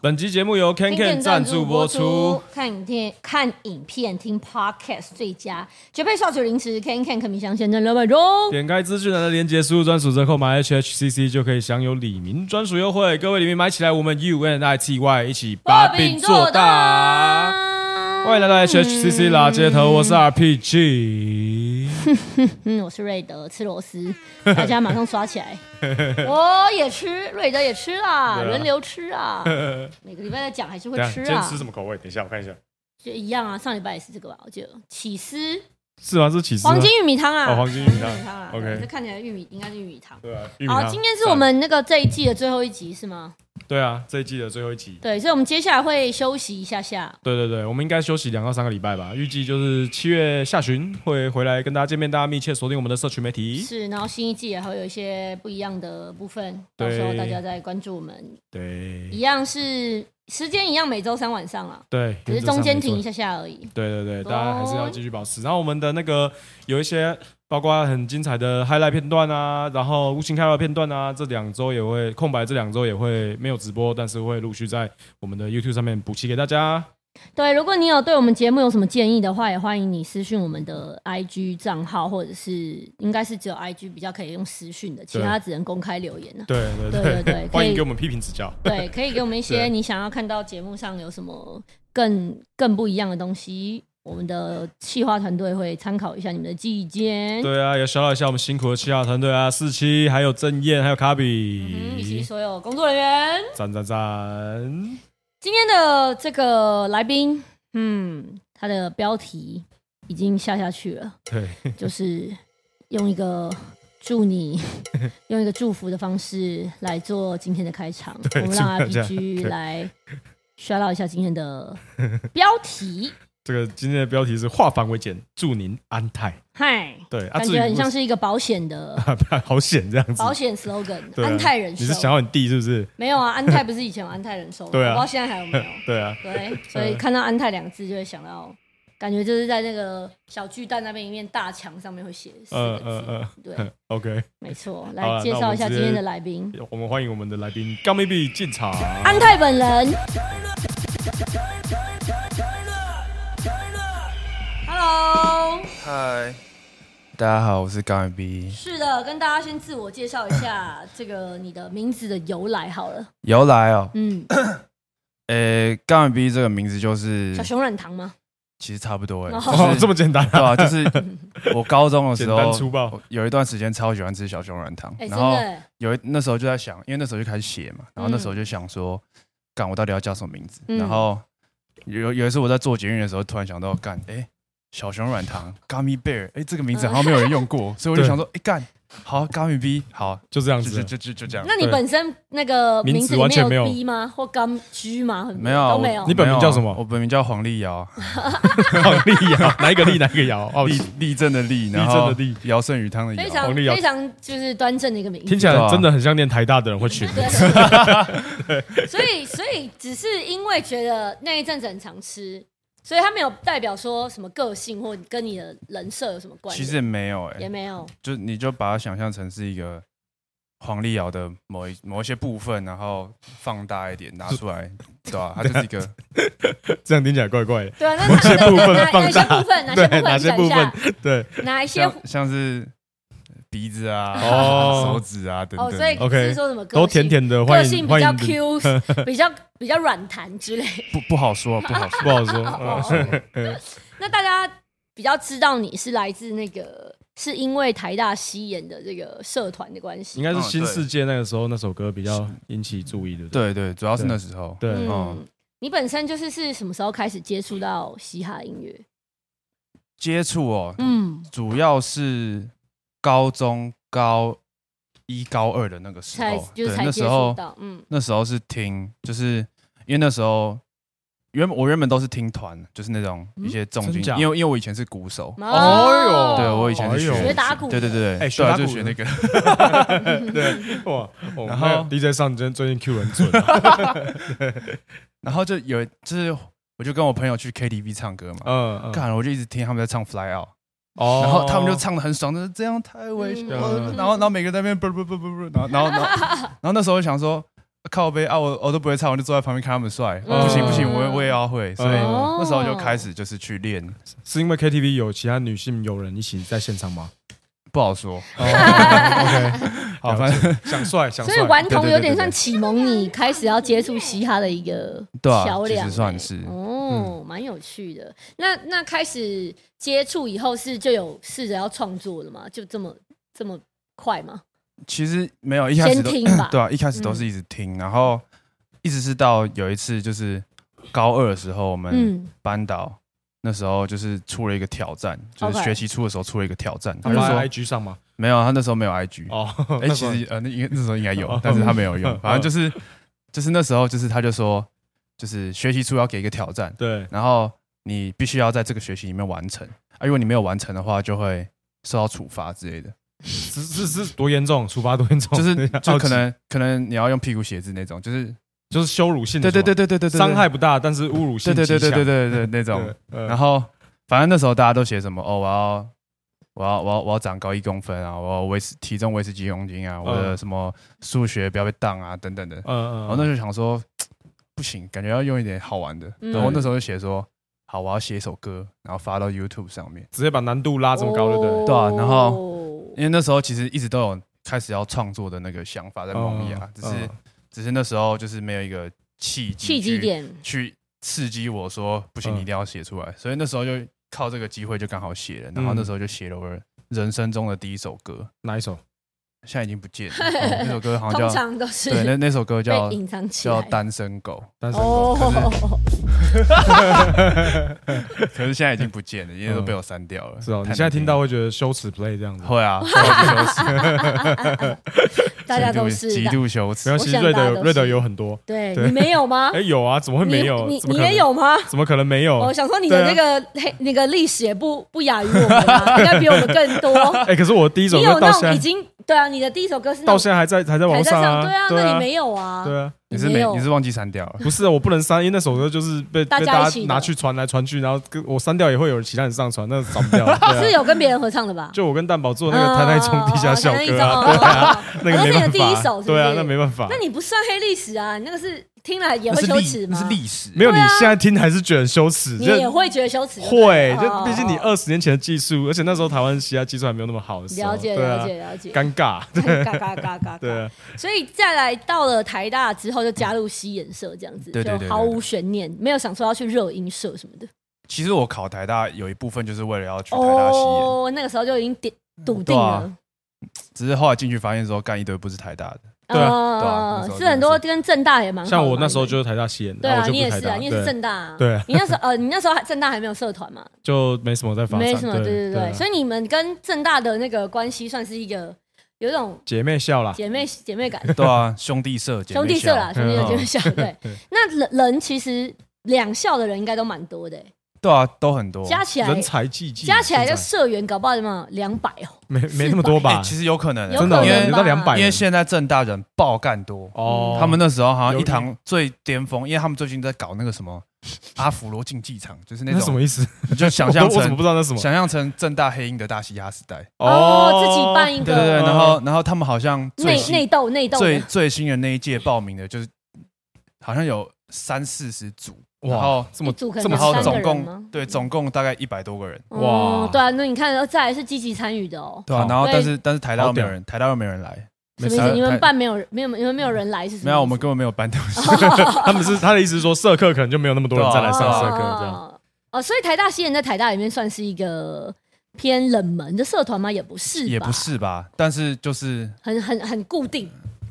本集节目由 Ken 今 Ken 天赞助播出。，看影片、看影片、听 podcast 最佳绝配少主零食，Can Can 可米香先生两百钟。点开资讯栏的链接，输入专属折扣码 HHCC 就可以享有李明专属优惠。各位李明买起来，我们 U N I T Y 一起把饼做大。欢迎来到嗯 HHCC 啦街头，我是 RPG。 嗯，我是瑞德，吃螺丝，大家马上刷 起来。我也吃，瑞德也吃啦，对啊轮流 吃啊。每个礼拜在讲还是会等一下吃今天啊吃，什么口味？等一下我看一下，就一样啊。上礼拜也是这个吧，我记得起司是吗？是起司吗黄金玉米汤啊，哦黄金玉米汤啊 OK 对这看起来玉米应该是玉米汤。对啊，玉米好，汤哦今天是我们那个这一季的最后一集是吗？对啊这一季的最后一集。对，所以我们接下来会休息一下下。对对对，我们应该休息两到三个礼拜吧，预计就是七月下旬会回来跟大家见面，大家密切锁定我们的社群媒体。是，然后新一季也会有一些不一样的部分，到对时候大家再关注我们。一对样是时间一样，每周三晚上啦，对，只是中间停一下。下哦下而已。对对对，懂大家还是要继续保持。然后我们的那个有一些，包括很精彩的 highlight 片段啊，然后无情开发片段啊，这两周也会空白，这两周也会没有直播，但是会陆续在我们的 YouTube 上面补齐给大家。对，如果你有对我们节目有什么建议的话，也欢迎你私讯我们的 IG 账号，或者是应该是只有 IG 比较可以用私讯的，其对他只能公开留言啊了、对对对对对可以欢迎给我们批评指教。 对，可以给我们一些对你想要看到节目上有什么更更不一样的东西，我们的企划团队会参考一下你们的意见。对啊，也小扰一下我们辛苦的企划团队啊，四期还有郑燕，还有卡嗯，以及比，所有工作人员。赞赞赞！今天的这个来宾，嗯，他的标题已经下下去了，对，就是用一个 祝你用一个祝福的方式来做今天的开场。我们让祝大家 RPG 对来刷到一下今天的标题，这个今天的标题是化繁为简，祝您安泰。嗨，对啊，感至于觉很为像是一个保险 的好险这样子。保险 slogan，对啊安泰人你是想寿。要你弟是不是？ 没有啊，安泰不是以前有安泰人寿吗，对啊我不知道现在还 有没有。对啊，对，所以看到“安泰”两个字，就会想到，感觉就是在那个小巨蛋那边一面大墙上面会写四呃个字。呃对， 呃，OK，没错。好来啦介绍一下那我们直接今天的来宾，我们欢迎我们的来宾高密币进场。啊安泰本人。Hello，嗨，大家好，我是高远 B。是的，跟大家先自我介绍一下这个你的名字的由来好了。由来哦，嗯，诶、高远 B 这个名字就是小，熊软糖吗？其实差不多诶、哦就是哦，这么简单对 啊！啊，就是我高中的 时简候单粗暴，我有一段时间超喜欢吃小熊软糖，哎，真然后的嗯耶，有一那时候就在想，因为那时候就开始写嘛，然后那时候就想说，干、我到底要叫什么名字？嗯然后有有一次我在做捷运的时候，突然想到，干，诶，小熊软糖 Gummy Bear，诶，这个嗯名字好像没有人用过，所以我就对想说，诶，干，好 Gummy B，好，就这样就就 子。啊就就就这样。那你对本身那个名名字字里完全面没有 B 吗？或 Gum G 吗？很没有啊，都我没有。你本名没有啊叫什么我本名叫黄立尧，黄立尧， 哪一个立哪一个尧？哦， 立立正的立，然后立正的尧舜禹汤的非尧。常黄立尧非常就是端正的一个名字，听起来真的很像念台大的人会取。啊对， 所以所以只是因为觉得那一阵子很常吃，所以它没有代表说什么个性或跟你的人设有什么关系，其实也没有哎、也没有。就你就把它想象成是一个黄立尧的某一某一些部分，然后放大一点拿出来，对吧、它 就是一个这样听起来怪怪的。对啊，那哪部分哪放些大部分？哪些对，哪部分？些哪 些部部分？分？对，哪一些像？像是鼻子啊、哦手指啊等等。哦，所以 OK，是说什么个性都甜。甜的，个欢性迎比欢较迎你。 Q，比较比较软弹之类。不不好说，不好 说。不好说，哦嗯哦那大家比较知道你是来自那个，是因为台大西演的这个社团的关系应。该是新世界那个时候那首歌比较引起注意，对不对？ 对对，主要是那时候。对，嗯嗯，你本身就是是什么时候开始接触到嘻哈音乐？接触哦，嗯，主要是高中高一高二的那个时才候，就是哦对才那接时触候到，嗯那时候是听，就是因为那时候原本我原本都是听团，就是那种嗯一些重真金，假因为因为我以前是鼓手，哦对我以前是哎呦学学打鼓的对 对 对，哎对啊学打鼓就学那个， 哇，哦然后那 DJ 上真最近 Q 很准啊， 然后就有就是我就跟我朋友去 KTV 唱歌嘛，嗯，嗯干、我就一直听他们在唱 Fly Out，、哦然后他们就唱的很爽，就是这样太危险了，嗯然后然后每个人在那边不不不不不，然后然后然后然后那时候我就想说。靠背啊，我我都不会唱，我就坐在旁边看他们帅。嗯不行不行，我也我也要会，所以哦那时候就开始就是去练，是因为 KTV 有其他女性友人一起在现场吗哦不好说。 ？OK，哦好，好，反反正正想帅想所帅以，顽童对对对有点对像对启蒙你开始要接触嘻哈的一个对啊桥其实梁欸，算是嗯哦，蛮有趣的。那那开始接触以后是就有试着要创作了吗？就这么这么快吗？其实没有一开始先都，听嗯吧对啊，一开始都是一直听，然后一直是到有一次就是高二的时候，我们嗯，班导那时候就是出了一个挑战，就是 OK 学期初的时候出了一个挑战，他他们就在说 IG 上吗？没有，他那时候没有 IG，哦， 哎、那时其候实呃，那应该那时候应该有哦，但是他没有嗯 用。反正就是就是那时候就是他就说，就是学习初要给一个挑战，对然后你必须要在这个学习里面完成。啊，如果你没有完成的话，就会受到处罚之类的，是是是多严重，处罚多严重，就是哦就可好奇能可能你要用屁股写字那种，就是就是羞辱性的对是吧，对对对对对对伤害不大，但是侮辱性对对对极对强对对对那种 对。，呃然后反正那时候大家都写什么哦，我要。我要我要我要长高一公分啊！我要维持体重维持几公斤啊！我的嗯什么数学不要被当啊，等等的。嗯然后那时候想说，不行，感觉要用一点好玩的。嗯然后那时候就写说，好，我要写一首歌，然后发到 YouTube 上面。直接把难度拉这么高，对不哦对？对啊然后因为那时候其实一直都有开始要创作的那个想法在萌芽，嗯只是只是那时候就是没有一个契机契机去点，去刺激我说，不行，嗯你一定要写出来。所以那时候就靠这个机会就刚好写了，然嗯后那时候就写了我人生中的第一首歌，哪一首？现在已经 不见了。哦那首歌好通像叫常都是对，那那首歌叫被隐藏起叫来。单身狗。单身狗。哦，可是现在已经不见了，因为都被我删掉了。是哦，你太难现在听到会觉得羞耻 play 这样子。会啊，会羞耻大家都是极的。度羞没耻关。系，我想瑞大家德都有是瑞德有很多。对对你没有吗 哎，？有啊，怎么会没有？你怎么你可能也？有吗？怎么可能没有我？想说你对的啊那个黑那个历史也不不亚于我们 啊，应该比我们更多。哎，可是我第一首你歌有到那现种已在经对啊，你的第一首歌是那到种现在还在还在网还在上啊，对啊，那你没有啊？对啊，你是没没有你是忘记删掉了？不是啊我不能删，因为那首歌就是被大被家大一家起的拿去传来传去，然后跟我删掉也会有其他人上传，那删不掉。 对是啊有跟别人合唱的吧？就我跟蛋宝做那个《台台中地下小歌》啊，对啊，啊，那个没那是你的办第一法首，，对啊，那没办法那。你不算黑历史啊，你那个是听了也那会是羞历耻那吗是？历史，没有，你现在听还是觉得很羞耻，啊你这也会觉得羞耻？会，就哦毕竟你二十年前的技术，而且那时候台湾其他技术还没有那么好的时候，了解对啊了解了解，尴尬， 嘎嘎嘎嘎对嘎啊。所以再来到了台大之后，就加入西研社这样子，对对就对对毫对无悬念，没有想说要去热音社什么的。其实我考台大有一部分就是为了要去台大西研，，哦那个时候就已经点笃定对啊了，只是后来进去发现说干一堆不是台大的，对啊对啊那呃时候是很多跟正大也蛮好像我嘛那时候对就是台大西演，对然后我啊，就你不也台是大，啊，你也是对，正大啊。对你那时候呃，你那时候还正大还没有社团嘛，就没什么在发展，没什么，对对啊对对。所以你们跟正大的那个关系算是一个有一种姐妹笑啦，姐妹姐妹感，对啊，兄弟社、姐妹兄弟社啦，校兄弟社嗯姐妹校。对，那人人其实两校的人应该都蛮多的欸，对啊，都很多。加起来人才济济，加起来现的在社员搞不好什么两百哦。没没那么多哎吧，其实有可能，有真可的因能有为吧嗯到两百，因为现在正大人爆干多，哦，他们那时候好像一有堂最巅峰，因为他们最近在搞那个什么阿芙罗竞技场，就是那那什种么意思？你就想象 我都我怎么成不知道那什么？想象成正大黑鹰的大嘻哈时代。哦，自己办一对对对，个嗯然后然后他们好像最内内新斗内斗最的，最新的那一届报名的，就是好像有三四十组，然后哇，这一么组可这能么然后三个总人共吗对总共大概一百多个人，哇哦，对啊，那你看，再来是积极参与的哦。对啊好，然后对但是但是台大好又没屌有人，台大又没有人来，什么意没思？事你们看办没啊有没有没有没有人来是什么意思？没有，我们根本没有搬东西，哦他们是 他的意思是说社课可能就没有那么多人再啊来上社课这样，哦。哦，所以台大西人在台大里面算是一个偏冷门的社团吗？也不是，也不，是吧？但是就是很很很固定，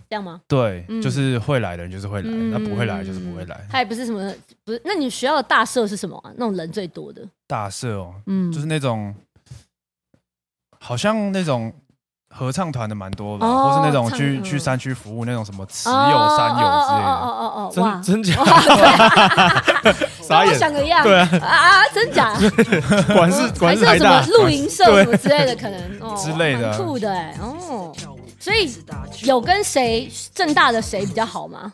这样吗？对嗯，就是会来的人就是会来，嗯那不会来的就是不会来。他也不是什么，不是。那你学校的大社是什么啊？那种人最多的，大社哦，嗯，就是那种好像那种合唱团的蛮多吧，哦或是那种唱去、嗯去山区服务那种什么慈哦幼、山友之类的。哦哦哦哦哦，哇真，真假？ 傻跟我眼，想的一样，对啊 啊，真假？果然是果还然是是有台什么大露营社什么之类的，可能哦之类的蛮酷的哎，哦，所以有跟谁正大的谁比较好吗？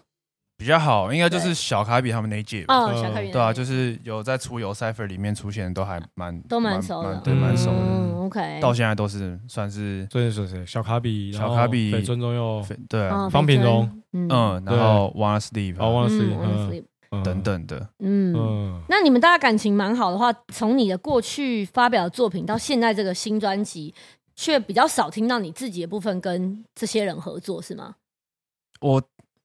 比较好，应该就是小卡比他们那一届吧，哦，嗯小可云，对啊，就是有在出游 Cipher 里面出现，都还蛮都蛮熟的，对，蛮熟的，嗯，OK，到现在都是算是最近是谁？小卡比，小卡比然后绯村中佑，对，啊哦方品荣，嗯嗯，然后 Wanna Sleep 哦啊，Wanna 嗯 Sleep， ，Wanna 嗯 Sleep，嗯等，等的，嗯。嗯，那你们大家感情蛮好的话，从你的过去发表的作品到现在这个新专辑，却比较少听到你自己的部分跟这些人合作，是吗？我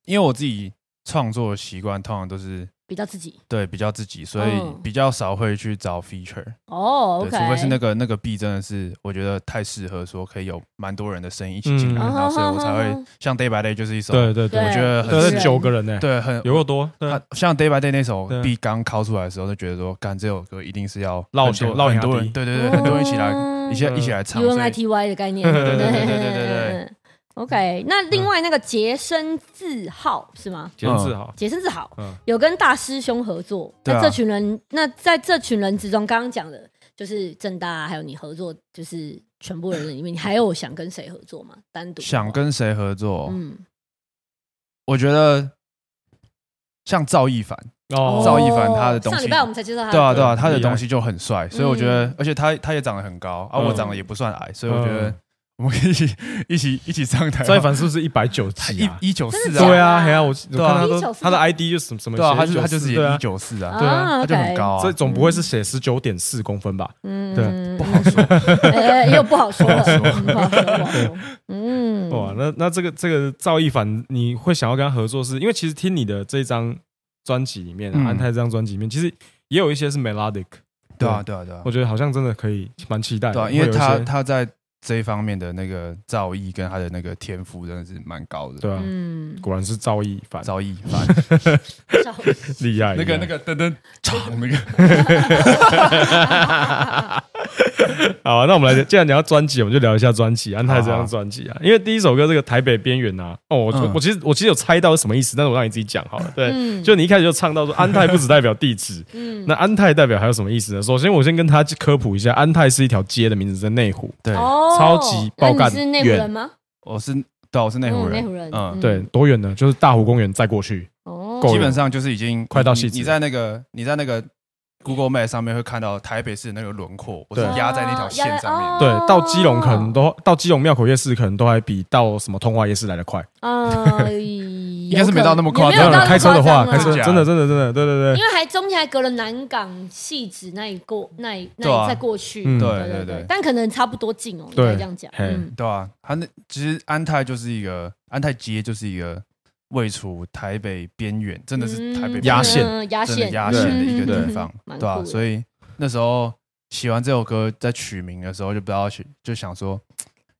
因为我自己创作的习惯通常都是比较自己对比较自己，所以嗯比较少会去找 feature，哦对， ，OK，除非是那个那个 B 真的是我觉得太适合说可以有蛮多人的声音一起进来，嗯然后所以我才嗯哼哼会哼像 Day by Day 就是一首对对对对，我觉得对，很是是九个人呢，啊对很有够多，对，啊他像 Day by Day 那首对 B 刚拷出来的时候，就觉得说，干这首歌一定是要烙很多起来烙很雅多迪人，对对对，哦很多人一起来，一起嗯一起来唱。 U N 所 I 以 T Y 的概念， 对对对对对对对对嗯 OK，那另外那个洁身自好是吗？简直好，洁身自好嗯有跟大师兄合作，对啊那这群人，那在这群人之中，刚刚讲的就是正大啊，还有你合作，就是全部人里面，你还有想跟谁合作吗？单独的话想跟谁合作？嗯我觉得像赵一凡，哦，赵一凡他的东西上礼拜我们才介绍他的嗯对啊歌，对啊，他的厉害东西就很帅，所以我觉得，而且他他也长得很高啊，嗯我长得也不算矮，所以我觉得嗯我们可以一起一起一起上台。赵一凡是不是一百九他几一啊？一九四真的假啊对的，啊，嘿啊，我我看对啊他都194他的 ID 就是什么什么写对啊，他就194他就是对也啊一，九四哦啊，对啊他就很高，啊所以，总不会是写十九点四公分吧？嗯对不好说， 哎又不好说了，嗯不好说，不好说，嗯，哇，那那这个这个赵一凡，你会想要跟他合作是，因为其实听你的这张专辑里面啊，嗯安泰这张专辑里面，其实也有一些是 melodic，对啊对啊对啊我，觉得好像真的可以蛮期待的，对啊，因为会有一他些他在这一方面的那个造诣跟他的那个天赋真的是蛮高的。对啊，啊嗯，果然是赵一凡，赵一凡，照厉害，那个厉害那个 噔噔长那个， 好，那我们来，既然聊到专辑，我们就聊一下专辑，安泰这好张啊专辑啊，因为第一首歌这个台北边缘啊，哦，我、嗯我其实我其实有猜到是什么意思，但是我让你自己讲好了，对，嗯就你一开始就唱到说安泰不只代表地址，嗯那安泰代表还有什么意思呢？首先我先跟他科普一下，安泰是一条街的名字，在内湖，对，哦超级爆那干你是内湖人吗？我是对啊，我是内湖嗯内人，湖人嗯嗯，对，多远呢？就是大湖公园再过去，哦够基了本上就是已经快到你戏子你在那个你在那个 Google Map 上面会看到台北市的那个轮廓，我是对压在那条线上哦面。对，到基隆可能都到基隆庙口夜市可能都还比到什么通化夜市来的快，啊， 应应该是没到那么夸没张有没到那有么 开车的话，夸张啊开车真假的真的真的真的，对对因对，为还中间还隔了南港、戏子那一过那一那对啊一再过去，嗯对对对对对，但可能差不多近哦，应对该这样讲，嘿嗯对啊，他那其实安泰就是一个安泰街，就是一个位处台北边缘，真的是台嗯北压边缘线嗯压真的线压对线的一个嗯地方，蛮对吧、啊酷的所以那时候写完这首歌，在取名的时候就不知道去，就想说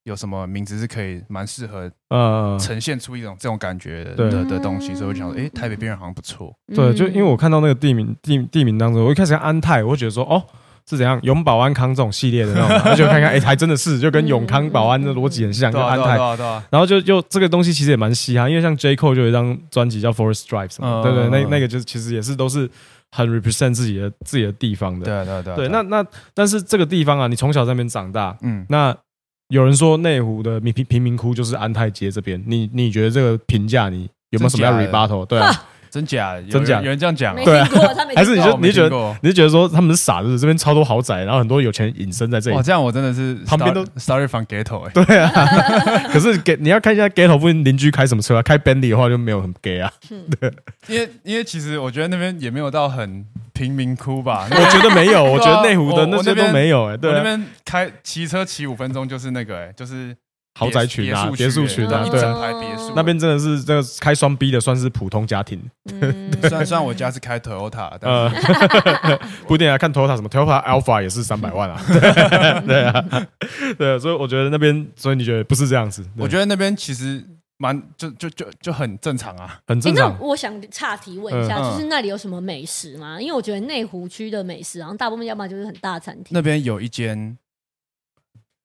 有什么名字是可以蛮适合呃，呈现出一种这种感觉对的的的东西，所以我就想说，嗯哎、台北边缘好像不错，对，就因为我看到那个地名地地名当中，我一开始看安泰，我会觉得说哦。是怎样永保安康这种系列的那种， 而且我看看，哎、还真的是就跟永康保安的逻辑很像，对跟啊安对泰啊对啊对啊，然后就就这个东西其实也蛮嘻哈，因为像 J Cole 就有一张专辑叫 Forest Drive 什么的，嗯对对，嗯那那个就是其实也是都是很 represent 自己的自己的地方的。对啊对啊对啊，对，啊那那但是这个地方啊，你从小在那边长大，嗯，那有人说内湖的贫贫贫民窟就是安泰街这边，你你觉得这个评价你有没有什么要真假的 rebuttal？对啊，真假有真假有人这样讲、没啊，对啊听过，他没还是你听 过就你觉我得没听过你就觉得说他们是傻子，这边超多豪宅，然后很多有钱人隐身在这里哇，，这样我真的是旁边都 sorry from ghetto 哎、对啊，可是给你要看一下 ghetto 附近邻居开什么车啊，开 Bentley 的话就没有很 gay 啊。因为因为其实我觉得那边也没有到很贫民窟 吧，那我觉得没有，我觉对啊得内湖的我那我些那都边没有哎，我对那啊，边开骑车骑五分钟就是那个哎、就是豪宅群啊，别别墅墅群区啊，一对整啊，排别墅，那边真的是这个开双 B 的算是普通家庭，嗯虽然虽 然我家是开 Toyota，但呃 是，不一定啊，看 Toyota 什么 Toyota Alpha 也是三百万啊，对啊，对啊，所以我觉得那边，所以你觉得不是这样子，啊我得觉得那边其实蛮就就就就很正常啊。很哎，正那常，我想岔题问一下，嗯就是那里有什么美食吗？因为我觉得内湖区的美食，然后大部分要么就是很大餐厅，那边有一间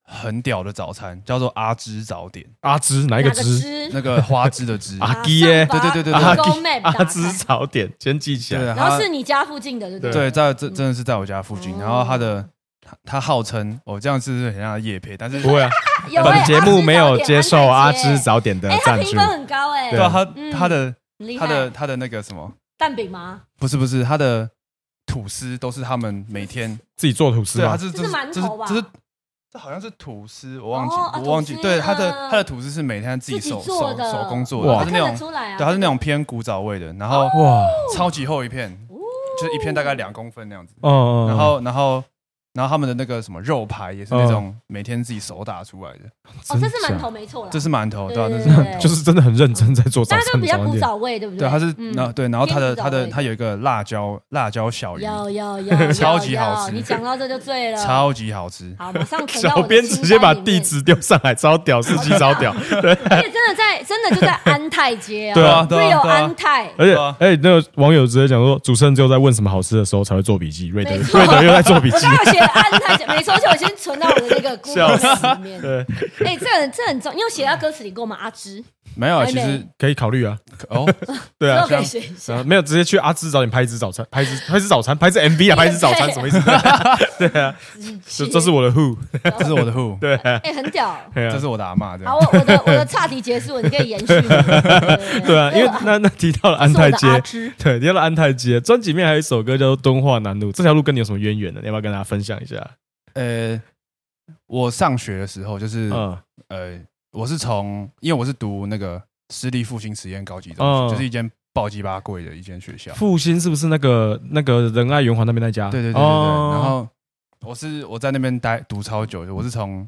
很屌的早餐，叫做阿芝早点，阿芝哪一个芝？汁那个花枝的芝， 阿基耶啊马上把对对对对阿 Google 基 Map 打阿开芝早点，先记起来。对，然后它是你家附近的，对不对，对？在这真的是在我家附近。然后它的它它号称哦，这样是不是很像叶配？但是不会啊，有欸本节目没有接受阿芝芝早点的哎，他赞评助分。很高哎、对对啊，它嗯它的很厉它的害。它的那个什么，蛋饼吗？不是不是，它的吐司都是他们每天，自己做吐司对，它吗？是这是馒这是头吧这是这好像是吐司，我忘记哦啊我忘记吐，司对它的嗯它的吐司是每天自己自己手做手的手工做哇啊的，它是看那得种出来啊，对，它是那这个种偏古早味的，然哦后哇，超级厚一片，就是一片大概两公分那样子。嗯，哦然后，然后，然后他们的那个什么肉排也是那种每天自己手打出来的，哦，这是真馒假头没错啦这。是馒头，对吧？对这是对馒对头 就是真的很认真在做早大家都餐比的较早餐古 店。早味，对不对，它是嗯然后对，然后它偏的古早它的味它有一个辣椒辣椒小鱼，有有有，超有级好有吃你讲到这就醉了。超级好吃。好，马 上存到我小的编清啊直接单把里地面，址丢上来，超屌，司机超屌。 而且真的在，真的就在安泰街啊，对啊对啊有对啊安泰， 而且对啊，哎、那个网友直接讲说，主持人只有在问什么好吃的时候才会做笔记。瑞德，没错 瑞德又在做笔我记。刚有写安泰街，没错，而且我先存到我的那个 Google 里面。对，哎、这很这很重，你有写到歌词里过吗？阿芝，没有，还没其实可以考虑啊。哦，对之啊后，可以像写一下。啊没有直接去阿芝早点拍一支早餐，拍一支拍一支早餐，拍一支 MV 啊， 拍一支早餐，什么意思？ 这这是我的 Who，这是我的 who，对啊，哎、很屌。 对这啊是我的阿妈，这好，哦样我我的我的岔题结束了，你可以延 续。对对啊，因为那那提到了安泰街这是我的阿，芝 对，提到了安泰街，专辑里面还有一首歌叫做《敦化南路》，这条路跟你有什么渊源呢？你要不要跟大家分享一下？呃，我上学的时候就是嗯呃，我是从因为我是读那个私立复兴实验高级中嗯啊学，就是一间暴鸡巴贵的一间学校。复兴是不是那个那个仁爱圆环那边那家？对对对对对。哦然后我是我在那边待读超久的，我是从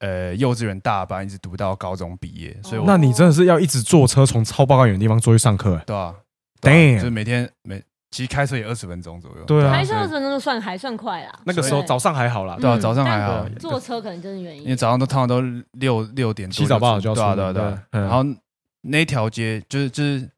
呃幼稚园大班一直读到高中毕业，哦所以我、那你真的是要一直坐车从超爆干远的地方坐去上课、欸？对啊，对 Damn 啊就是每天每其实开车也二十分钟左右。对啊还算分钟就算还算快啦。那个时候对早上还好啦，对啊，嗯早上还好但我，坐车可能真的原因为因。早上都通常都六六点多七早八早就要出对啊出对啊门对啊。对嗯然后那条街就是就是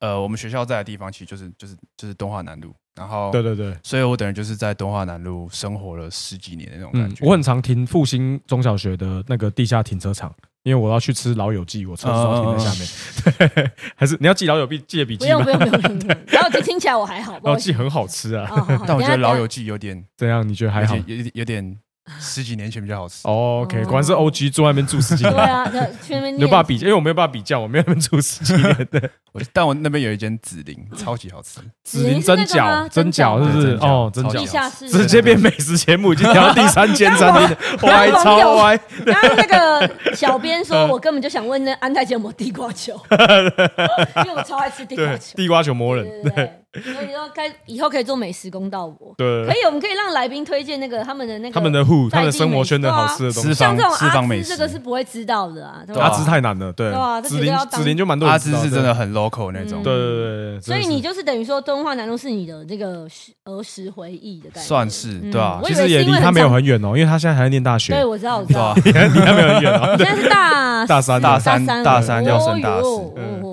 呃我们学校在的地方，其实就是就是就是东华南路，然后对对对，所以我等于就是在东华南路生活了十几年的那种感嗯，觉。我很常停复兴中小学的那个地下停车场，因为我要去吃老友记，我车子都要停在下面。对， 还是你要记老友记记的笔不记用吗不？用不用 不用，不用然后就听起来我还好，不老好友意思记很好吃啊，哦 好好但我觉得等一下老友记有点怎样？你觉得还好有？点有点有点十几年前比较好吃。嗯哦 OK，果然是 OG 坐外面住十几等一下年，对啊，那去那 边你有办法念比，因为我没有办法比较，我没有在那边住十几年的。我但我那边有一间紫菱，嗯超级好吃。紫菱是那蒸个吗 饺，蒸饺吗是不是？蒸饺哦，蒸超地饺级。下室直接变美食节目，已经调到第三间餐 厅了，歪刚刚超网友 歪。刚刚那个小 编嗯说，我根本就想问那安泰姐有没有地瓜球，因为我超爱吃地瓜对，球。地瓜球魔人，对对对，所以说该以后可以做美食公道博。对可，以，我们可以让来宾推荐那个他们的那个他们的 who，他们的在地生活美圈的对啊好吃的东西私。像房这种私阿房美芝这，食个是不会知道的啊，对对吧阿啊？芝太难了，对啊对啊，这紫绝对菱要当紫菱就蛮多阿人知芝道是真的，很 local 那种对，对嗯对对，所以真的是你就是等于说敦化南路是你的这个儿时回忆的概念，算是嗯对啊我以其为实也是因离为他很没有像，很远哦，因为他现在还在念大学，对我知道我知对道啊，，离 他没有很远哦。 现在是大大三大三三了大三要哦升大四嗯哟哦哦哦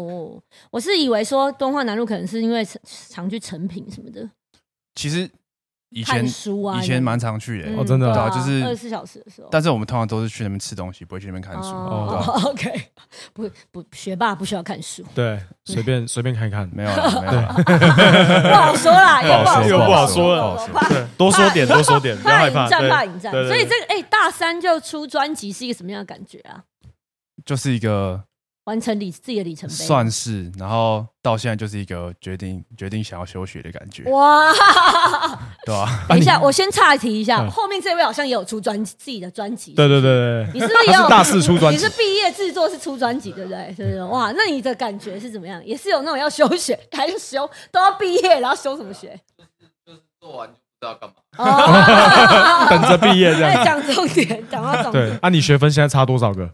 我是以为说敦化南路可能是因为常常去成品什么的，其实以前看书啊，以前蛮常去嗯的，哦真的啊对啊，对啊就是二十四小时的时候。但是我们通常都是去那边吃东西，不会去那边看书，对 吧？啊哦，OK，不不，学霸不需要看书， 对，随便随便看一看，没有啦，没有啦，不好说啦，不好说又不好说说了，了我不怕好对，多说点多说点，不要怕害引怕，战，对怕引战。对对所以对这个哎，大三就出专辑是一个什么样的感觉啊？就是 一个完成里自己的里程碑，算是，然后到现在就是一个决定决定想要休学的感觉，哇！对吧？ 等一下，我先岔题一下，啊嗯后面这位好像也有出专辑自己的专辑，对对对对你是不是也有他是大四出专辑你是毕业制作是出专辑，对不对？对对对，哇，那你的感觉是怎么样？也是有那种要休学，还是休都要毕业，然后休什么学？就是做完就不知道干 嘛。 对，等着毕业这哦，在样。哦讲重点，讲到重对点。，啊，你学分现在差多少个？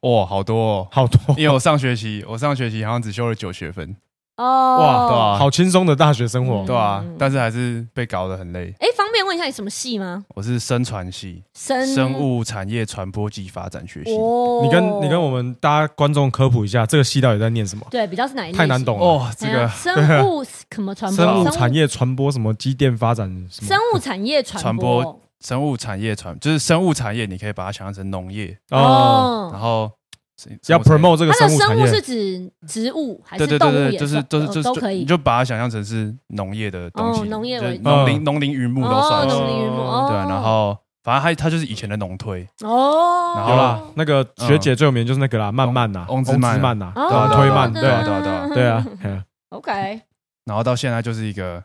哇，好多哦，好多，因为我上学期我上学期好像只修了九学分，哦，哇对啊好轻松的大学生活嗯。对啊，但是还是被搞得很累。哎，方便问一下你什么系吗？我是生传系，生生物产业传播暨发展学系。嗯哦你跟你跟我们大家观众科普一下，这个系到底在念什么？对比较是哪一类型太难懂了。哦，这哎呀个生 物什么传播？生物产业传播什么机电发展什么哦生物产业传传播生物产业传就是生物产业，你可以把它想象成农业，哦，然后要 promote 这个生它的物产生业物是指植物还对是对动对物对，也就是算就哦是就是都就可以你。就把它想象成是农业的东西，哦农业就是为嗯农林农林渔牧都哦，算了农林渔牧，哦对啊，然后反正他他就是以前的农推，哦，然有后啦，那个嗯学姐最有名就是那个啦，慢慢呐，哦翁翁之曼啊曼呐，哦对啊推慢对对啊对啊对啊对 啊，嘿啊 OK，然后到现在就是一个，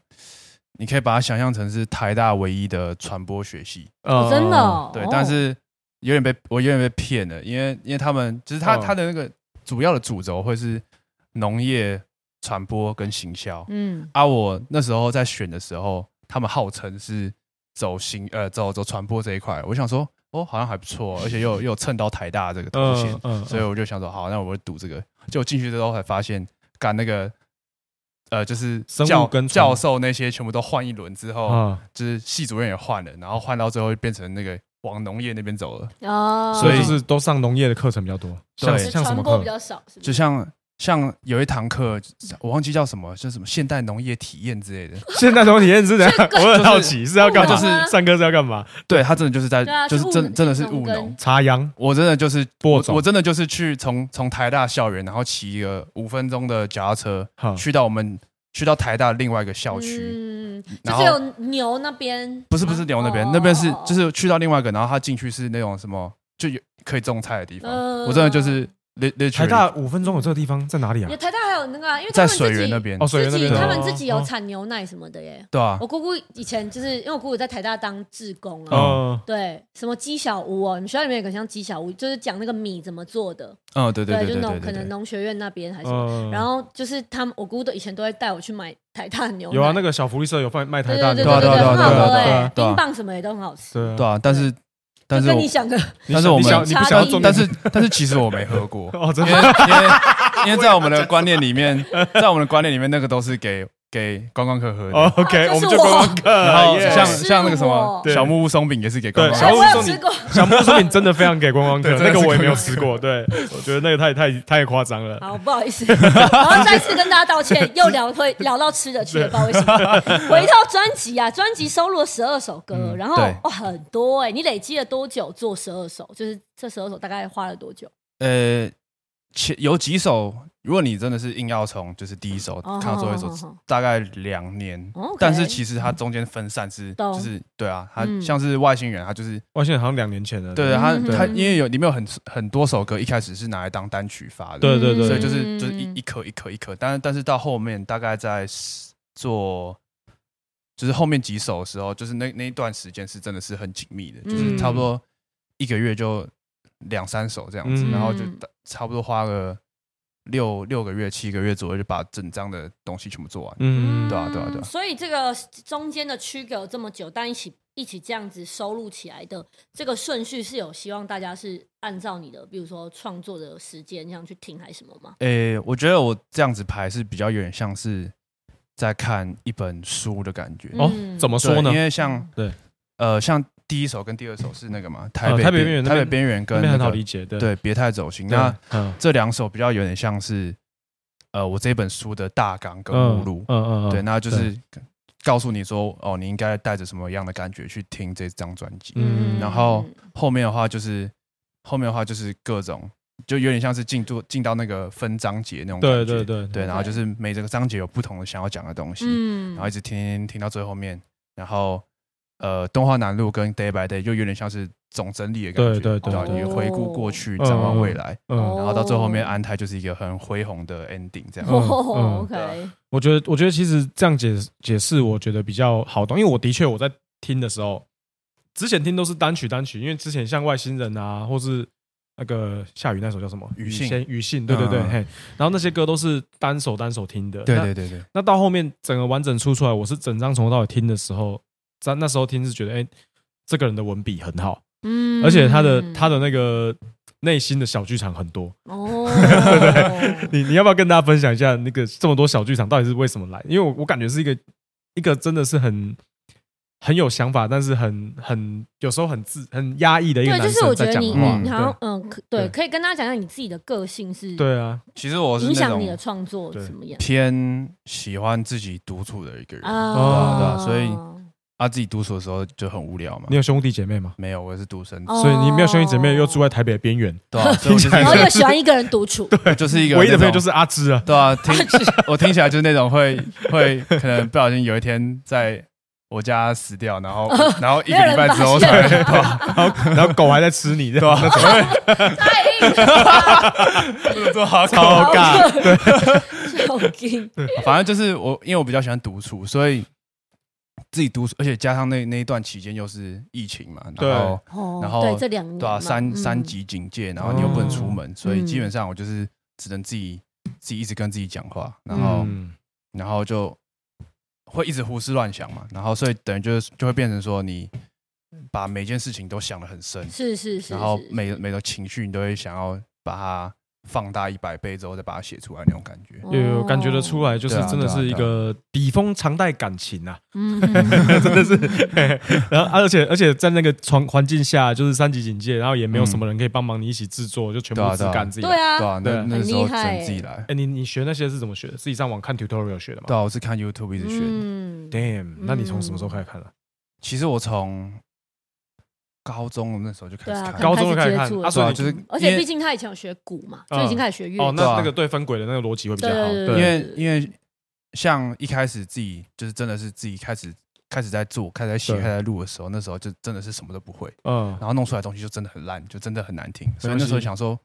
你可以把它想象成是台大唯一的传播学系，哦呃真的哦，对，哦但是有点被我有点被骗了，因为因为他们就是他哦他的那个主要的主轴会是农业传播跟行销嗯，啊，我那时候在选的时候，他们号称是走行呃走走传播这一块，我想说哦好像还不错，而且又又蹭到台大这个头衔嗯，嗯，所以我就想说，好，那我就赌这个。就进去之后才发现，干那个，呃，就是生物教跟传教授那些全部都换一轮之后，啊，就是系主任也换了，然后换到最后就变成那个往农业那边走了。哦，所所以以就是都上农业的课程比较多，像对就像什传么播比课？较少，是不？就是像像有一堂课，我忘记叫什么，叫什么现代农业体验之 类的。现代农体验是怎样？这我很好奇是要干嘛？务农啊上课是要干嘛？对他真的就是在，对啊就是去务真真的是农务耕农。插秧我真的就是播我种我真的就是去从从台大校园，然后骑一个五分钟的脚踏车，哈，去到我们去到台大另外一个校区。嗯，就然是后有哦牛那边，不是不是牛那边，那边是就是是去到另外一个，然后他进去是那种什么就有可以种菜的地方。嗯我真的就是那那台大五分钟有这个地方在哪里啊有？台大还有那个啊，因为他在们自水源己那边哦，，水源那自己边他的们自己有哦产牛奶什么的耶。对啊我，姑姑以前就是因为我姑姑在台大当志工啊，哦，对，什么鸡小屋哦，你们学校里面有个像鸡小屋，就是讲那个米怎么做的，嗯，对对对就对农对可对能对，哦农学院那边还是什么。嗯，然后就是他们，我姑姑都以前都会带我去买台大牛奶，有啊，那个小福利社有卖卖对台大对牛对奶，对对啊很对好喝啊对啊对哎啊，对啊冰棒什么也都很好吃，对对啊，啊，但是但就是跟我你想的你但是想我你们想你不差想要异重点但是但是其实我没喝过， 哦，真因为的因为因为在我们的观念里面，在我们的观念里面，那个都是给给观光客喝哦的。 ，OK，就是我们就观光 客，然后耶像呃是像那个什么我小木屋松饼也是给观光对哎小木客屋松我有饼吃过，小木屋松饼真的非常给观光客，对那真的个是我也没有吃过，对， 我觉得那个太太太夸张了。好，不好意思， 我要再次跟大家道歉，又聊会聊到吃的去了，不知道为什么。我一套专辑啊，专辑收录了十二首歌，然后对哇很多哎、你累积了多久做十二首？就是这十二首大概花了多久？呃，前有几首，如果你真的是硬要从就是第一首哦看到最后一好好好首，大概两年哦，但 OK 嗯是其实它中间分散是懂就是对啊，它嗯像是外星人，它就是哇，现在好像两年前了，对啊它嗯它嗯因为有里面有很很多首歌一开始是拿来当单曲发的，对对对所以就嗯是就是一一颗一颗一颗，但是但是到后面大概在十做。就是后面几首的时候，就是那那一段时间是真的是很紧密的，就是嗯差不多一个月就两三首这样子，嗯然后就嗯大差不多花了六六个月、七个月左右就把整张的东西全部做完。嗯，对啊对啊对啊所以这个中间的区隔这么久，但一起一起这样子收录起来的这个顺序是有希望大家是按照你的，比如说创作的时间这样去听还是什么吗？诶、我觉得我这样子排是比较有点像是在看一本书的感觉。哦嗯，怎么对说呢因？为像对呃，像第一首跟第二首是那个嘛，台呃北台北边缘那台边北边缘那跟边那很好个理解，对对别太走心。对那嗯这两首比较有点像是呃，我这本书的大纲跟目录。嗯嗯嗯，对，那就是告诉你说，哦，你应该带着什么样的感觉去听这张专辑。嗯然后后面的话就是后面的话就是各种，就有点像是进度进到那个分章节那种感对对觉。对对然后就是每这个章节有不同的想要讲的东西，嗯然后一直听听到最后面，然后呃，东华南路跟 Day by Day 就有点像是总整理的感觉，对对对然后对你回顾过去，嗯展望未来，哦嗯，然后到最后面安泰就是一个很恢宏的 ending 这样。嗯哦嗯，OK，我觉得我觉得其实这样解解释，我觉得比较好懂，因为我的确我在听的时候，之前听都是单曲单曲，因为之前像外星人啊，或是那个下雨那首叫什么雨信先雨信，对对对，嗯嗯嗯嘿，然后那些歌都是单首单首听的，对那对对对，那到后面整个完整出出来，我是整张从头到尾听的时候，在那时候听是觉得，哎、这个人的文笔很好，嗯而且他的、他的那个内心的小剧场很多。哦，你你要不要跟大家分享一下那个这么多小剧场到底是为什么来？因为我我感觉是一个一个真的是很很有想法，但是很很有时候很自很压抑的一个对，就男是生我觉在得讲你话。你好像嗯，可对，对可以跟大家讲讲你自己的个性是对对啊，其实我是影那响你的种创作对怎么样偏喜欢自己独处的一个人对啊所以哦啊，自己独处的时候就很无聊嘛你。有兄弟姐妹吗？没有，我是独生子，哦所以你没有兄弟姐妹，又住在台北的边缘，对啊，所以我 就是一然后又个喜欢一个人独处，就是一个唯一的朋那种友就是阿芝啊。 对啊，听我听起来就是那种会会可能不小心有一天在我家死掉，然后然后一个礼拜之后哦没有才人对吧？然后然后狗还在吃 你，啊对吧？太硬了，这好搞。超尬， 超硬，反正就是我，因为我比较喜欢独处，所以自己独处，而且加上那那一段期间又是疫情嘛，对然后哦然后对这两年对啊，嘛三嗯三级警戒，然后你又不能出门，所以嗯基本上我就是只能自己自己一直跟自己讲话，然后、嗯然后就会一直胡思乱想嘛，然后所以等于就是就会变成说你把每件事情都想得很深，是是是，然后是每每个情绪你都会想要把它放大一百倍之后再把它写出来那种感觉。有有感觉得出，哦来，就是对啊真的对啊是一对啊个笔锋常带感情啊， 嗯，嗯真的是。然后而且而且在那个环环境下，就是三级警戒，然后也没有什么人可以帮忙你一起制作，就全嗯对部啊只对啊干自己对来。啊，对啊，对那啊那很时候厉只害欸能自己来。哎，你你学那些是怎么学的？自己上网看 tutorial 学的吗对啊，我是看 YouTube 一直学的。嗯，啊？Damn，那你从什么时候开始看的？其实我从高中那时候就开对始啊看，高中就开始开看，始接触啊，了对所以啊，你就是而因且为毕竟他以前有学鼓嘛，嗯所以已经开始学乐哦，器，那对啊那个对分轨的那个逻辑会比较对好。对对因为因为像一开始自己就是真的是自己开始开始在做、开始在写、对开始在录的时候，那时候就真的是什么都不会，嗯，然后弄出来的东西就真的很烂，就真的很难听。所没以关系那时候想说，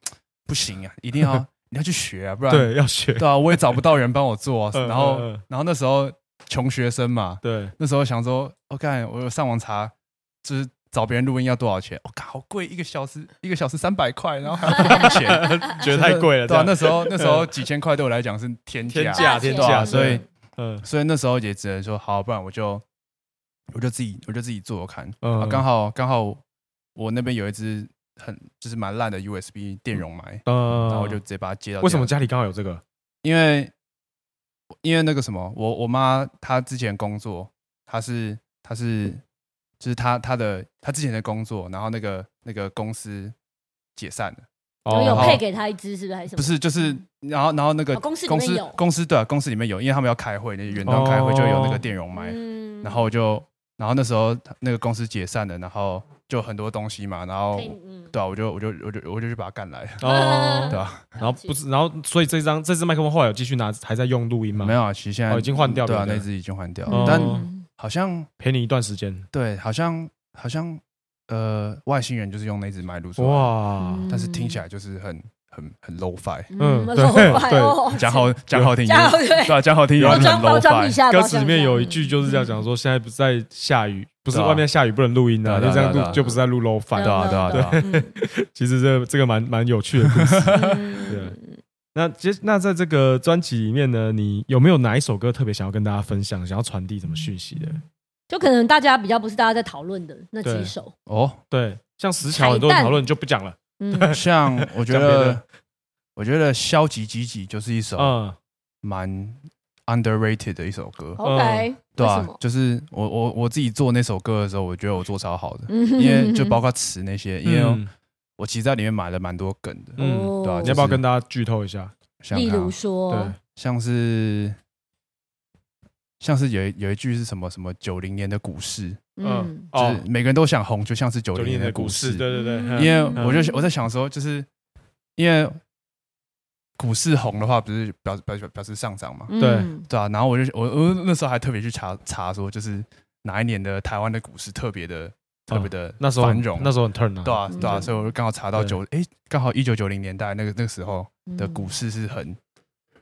不行啊，一 定要你要去学啊，不然对，要学。对啊，我也找不到人帮我做啊。嗯 然后嗯嗯然后那时候穷学生嘛，啊对，那时候想说，我、看我有上网查，就是找别人录音要多少钱？我、靠，好贵，一个小时一个小时三百块，然后还要付 钱，觉得太贵了。对啊，这那样嗯时候那时候几千块对我来讲是天价，啊天价天天啊价价，所以嗯所以那时候也只能说好，不然我就我就自己我就自己做做看。嗯啊，刚好刚好我那边有一只很就是蛮烂的 USB 电容麦，嗯，然后我就直接把它接到。为什么？家里刚好有这个？因为因为那个什么，我我妈她之前工作，她是她是就是她她的她之前的工作，然后那个那个公司解散了，我 有哦好配给他一支，是不是还是什么？不是就是嗯然后然后那个哦公司里公面司有公司对啊，公司里面有，因为他们要开会，那远端开哦会就有那个电容麦，嗯然后就然后那时候那个公司解散了，然后就很多东西嘛，然后可以嗯对啊，我就我就我就我就去把它干来， 哦，对啊，然后不是，然后所以这张这支麦克风后来有继续拿，还在用录音吗？没有，啊，其实现在哦已经换掉对啊，别的那只已经换掉哦嗯了，但嗯好像陪你一段时间。对，好像好像呃，外星人就是用那只麦录出来，哇，啊嗯但是听起来就是很很很 low fi，嗯对老板对哦讲好讲好听一点，加油对，对啊，讲好听一点包就是装很包 low 装一 fi，下，歌包词装里面下有一句就是这样嗯讲说，现在不是在下雨，不是对啊外面下雨不能录音的，对就啊这样对啊对录啊就不是在录 low 嗯反。啊对啊对啊嗯其实这这个蛮蛮有趣的故事。嗯那接那在这个专辑里面呢，你有没有哪一首歌特别想要跟大家分享，想要传递什么讯息的？嗯就可能大家比较不是大家在讨论的那对几首，哦，对，像石桥很多人讨论就不讲了，嗯，像我觉讲别得的，我觉得消极积极就是一啊首嗯，蛮 underrated 的一首歌， OK，对为什啊么，就是我我我自己做那首歌的时候，我觉得我做超好的，嗯因为就 包括词那些，因为嗯我其实在里面买了蛮多梗的，嗯，哦对啊你要不要跟大家剧透一下？像例看啊如说对，，像是像是有一有一句是什么什么九零年的股市，嗯，就哦是，每个人都想红，就像是九九零零年年的股股市，市。对对对，嗯嗯因为嗯我就我在想说，就是因为股市红的话，不是表表表示上涨嘛，嗯对对啊，然后我就我我那时候还特别去查查说，就是哪一年的台湾的股市特别的特别的嗯那时候繁很荣，那时候很 turn 啊，对啊嗯对啊，所以我就刚好查到对九诶，刚好一九九零年代那个那个时候的嗯股市是很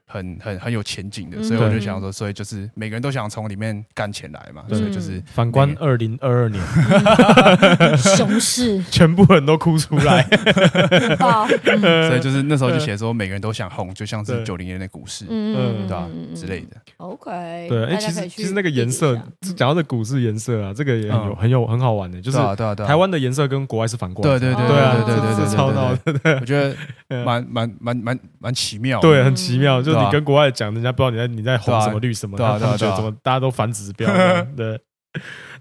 很很很有前景的，嗯所以我就对想说，所以就是每个人都想从里面干钱来嘛，对所以就是反观二零二二年， 嗯熊 市全部人都哭出来， 吧，嗯所以就是那时候就写说每个人都想红，就像对是九零年的股市，嗯嗯对吧之类的的。 ，OK，对，哎，大其家可实以去其实那个颜色 dig，一下讲到这股市颜色啊，这个也很有嗯很有很好玩的，就是对啊对啊对啊，台湾的颜色跟国外是反过来对的，对对对啊，对对这对对这对，超闹的，我觉 嗯得蛮蛮蛮蛮蛮奇妙的，对，很奇妙，就嗯是对你啊跟国外讲，人家不知道你在你在红对啊什么绿什么，对啊然后他们觉对啊得对啊怎么大家都反指标这 样，对。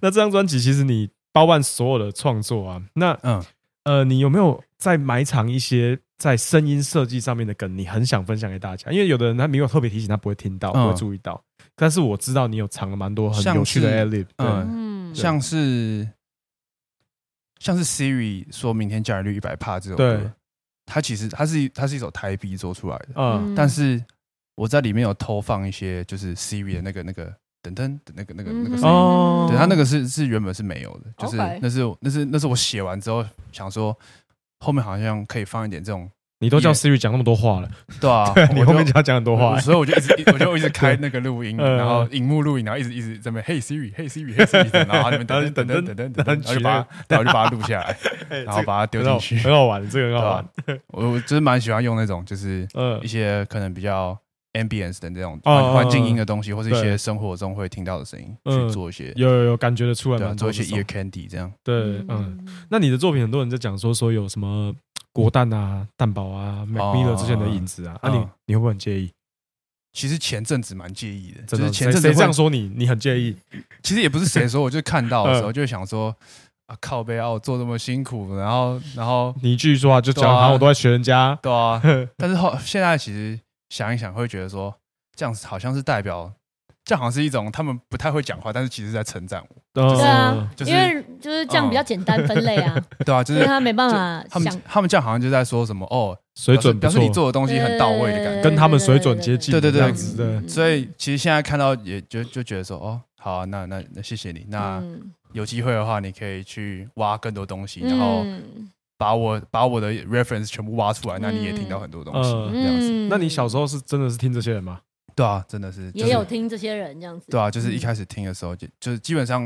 那这张专辑其实你包办所有的创作啊，那嗯，呃，你有没有在埋藏一些在声音设计上面的梗？你很想分享给大家，因为有的人他没有特别提醒，他不会听到，嗯不会注意到。但是我知道你有藏了蛮多很有趣的 a 像 lib，呃嗯嗯像是像是 Siri 说明天降雨率一百帕这首对歌，它其实它是它是一首台币做出来的，嗯但是我在里面有偷放一些就是 Siri 的那个那个噔噔的那个那个嗯哼那个声音，哦，对，它那个是是原本是没有的，就是 OK 那是我那是那是我写完之后想说，后面好像可以放一点这种，你都叫 Siri 讲那么多话 了，，对啊 你后面就要讲很多话欸我，所以我就一直一我就一直开那个录音，嗯然后荧幕录影，然后一直一直在那边 Hey Siri，Hey Siri，Hey Siri，然 后它那边噔噔噔噔噔噔，然后就把它然后就把它录下来，哎然后把它这丢个 进很好去，很好玩，这个对啊很好玩吧。？我我就是蛮喜欢用那种就是嗯一，些可能比较 ambience 的那种哦环环境哦音的东西，或是一对些生活中会听到的声音嗯去做一些，有有有感觉得出来对啊，蛮做多一些这种 ear candy 这样。对，嗯。那你的作品很多人在讲说说有什么国蛋啊、蛋堡啊、Mac Miller 之前的影子啊，啊你哦嗯你会不会很介意？其实前阵子蛮介意的，就真的是前谁阵子谁会嗯这样，说你，你很介意？ 其实也不是谁说，我就看到的嗯时候就想说啊，靠背啊，我做这么辛苦，然后然后你一句说话就讲，对啊好像我都在学人家。对 啊，但是后现在其实想一想，会觉得说这样好像是代表，这样好像是一种他们不太会讲话，但是其实在称赞我，对啊嗯，呃就是因为就是这样比较简单分类啊，对 啊，就因为是他没办法他想们他们这样好像就在说什么哦，水准不表示错表示，你做的东西很到位的感觉。跟他们水准接近，对对对嗯这嗯样子的。所以其实现在看到也就就觉得说哦，好啊、那那那谢谢你。那嗯有机会的话，你可以去挖更多东西，然后嗯把我把我的 reference 全部挖出来，那你也听到很多东西。嗯呃这样子，那你小时候是真的是听这些人吗？对啊，真的是、就是、也有听这些人这样子，对啊，就是一开始听的时候就就是基本上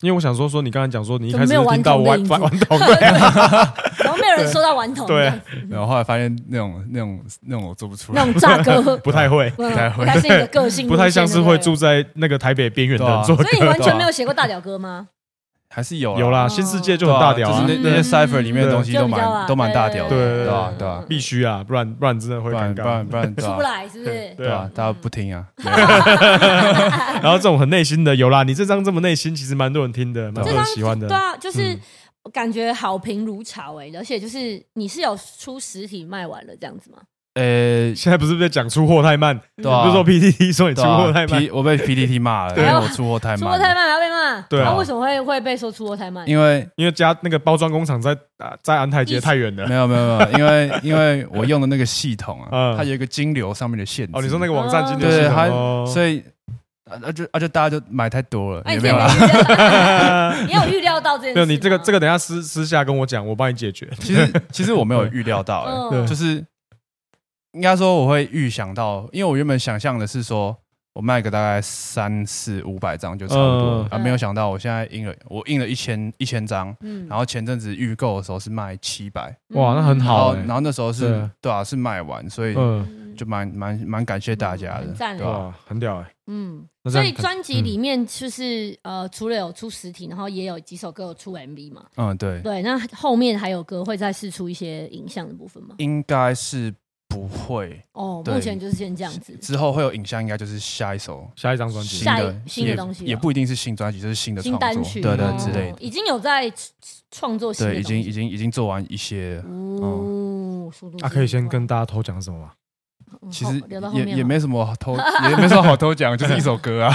因为我想说说你刚才讲说你一开始怎么没有是听到顽玩玩 童的影玩童对，然后没有人说到顽童，对这样子然后后来发现那种那种那种我做不出那来种，炸歌，不 太会， 不太不会太是你的个性，不太像是会做。住在那个台北边缘的对人啊做的所以你完全没有写过大屌哥吗？还是 有啊有啦，新世界就很大屌对啊啊嗯就，是那那些 cipher 里面的东西就都比较啊蛮都蛮大屌的，对对吧？对吧？必须啊，不然不然真的会不尴然不尬。然 不然对出不吧？来是不是？对对啊啊，，大家不听 啊， 然后这种很内心的有啦，你这张这么内心，其实蛮多人听的，蛮多人喜欢的对。啊，就是嗯感觉好评如潮哎，而且就是你是有出实体卖完了这样子吗？呃，现在不是在讲出货太慢，对啊不是说 PTT 说你出对啊货太慢， P- 我被 PDT 骂了，因对为我出货太啊出货太慢，慢要被骂，对啊那为什么会会被说出货太慢？因为因为加那个包装工厂在啊在安泰街太远了嗯没。有没有没有，因为因为我用的那个系统啊嗯，它有一个金流上面的限制，哦，你说那个网站今天对，它哦所以啊啊就啊就大家就买太多了，哎，有你没有有啊啦？ 你有预料到这件事吗？没有你这个这个等一下私私下跟我讲，我帮你解决。其实其实我没有预料 到，欸嗯就是应该说我会预想到，因为我原本想象的是说我卖个大概三四五百张就差不多嗯了啊，没有想到我现在印了我印了一千一千张，嗯然后前阵子预购的时候是卖七百，哇，那很然后好欸。然后那时候对是啊对啊是卖完，所以嗯，就蛮蛮蛮感谢大家嗯的很，赞对啊吧？哇，很屌哎。嗯，那这所样以可专辑里面就是呃，除了有出实体，然后也有几首歌有出 MV 嘛。嗯，对，对，那后面还有歌会再试出一些影像的部分吗？应该是不会，哦，对目前就是先这样子。之后会有影像，应该就是下一首嗯下一张专辑新下一的新的也东西了也不一定是新专辑，就是新的新创单作，曲对对哦之类的。已经有在创作新的对，已东西经已嗯经已经做完一些了，哦，速度啊，可以先跟大家偷讲什么吗？嗯其后实留到后也面也吧没什么好 偷，也没什么好偷讲，就是一首歌啊，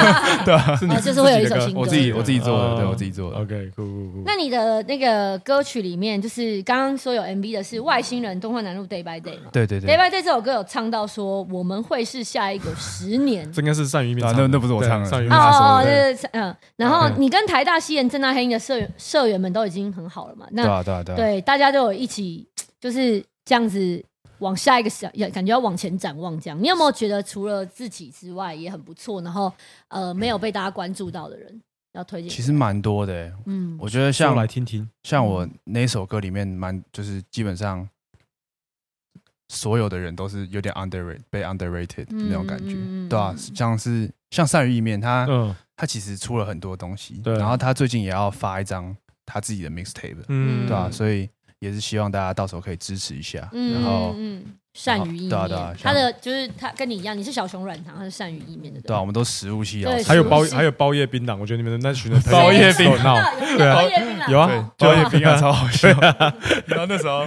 是哦就是会有一自己的首歌新歌我自己我自己做的，对哦我自己做的， OK，酷酷酷。那你的那个歌曲里面，就是刚刚说有 MV 的是《外星人东幻南路 Day by Day》嘛？对对 Day 对， by Day 这首歌有唱到说我们会是下一个十年这应该是善于面啊唱的，那那不是我对唱的善于哦面哦哦唱哦，的。对对对，嗯，然后嗯你跟台大西研、正大黑鹰的社员社员们都已经很好了嘛？对那啊对啊对啊，对大家都有一起就是这样子往下一个小，感觉要往前展望这样。你有没有觉得除了自己之外也很不错，然后呃没有被大家关注到的人要推荐？其实蛮多的欸，嗯，我觉得像像来听听，像我那一首歌里面蛮就是基本上。所有的人都是有点 underrated 被 underrated 嗯那种感觉嗯嗯，对啊，嗯像是像善于一面，他嗯他其实出了很多东西，对啊然后他最近也要发一张他自己的 mixtape，嗯，对啊，嗯所以也是希望大家到时候可以支持一下，嗯然后嗯嗯善于意对啊对啊面，他的就是他跟你一样，你是小熊软糖，他是善于意面的，对啊，我们都食物系老对师，还有包是不是还有包夜槟榔，我觉得你们那群人包啊夜太槟热 闹，对啊，有人叫有包夜啊 槟榔哦，对包夜槟啊，超好笑。然后那时候，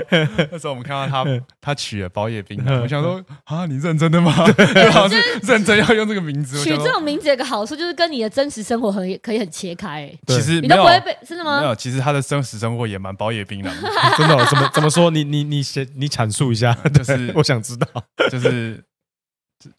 那时候我们看到嗯他，他取了包夜槟榔，我想说啊，你认真的吗？ 就好像是认真要用这个名字。我取想这说种名字有个好处，就是跟你的真实生活很可以很切开、欸对其实你都没有啊不会被真的没吗？有，其实他的真实生活也蛮包夜槟榔的，真的哦 怎么怎么说？你你你先你阐述一下， 就是我想知道。就是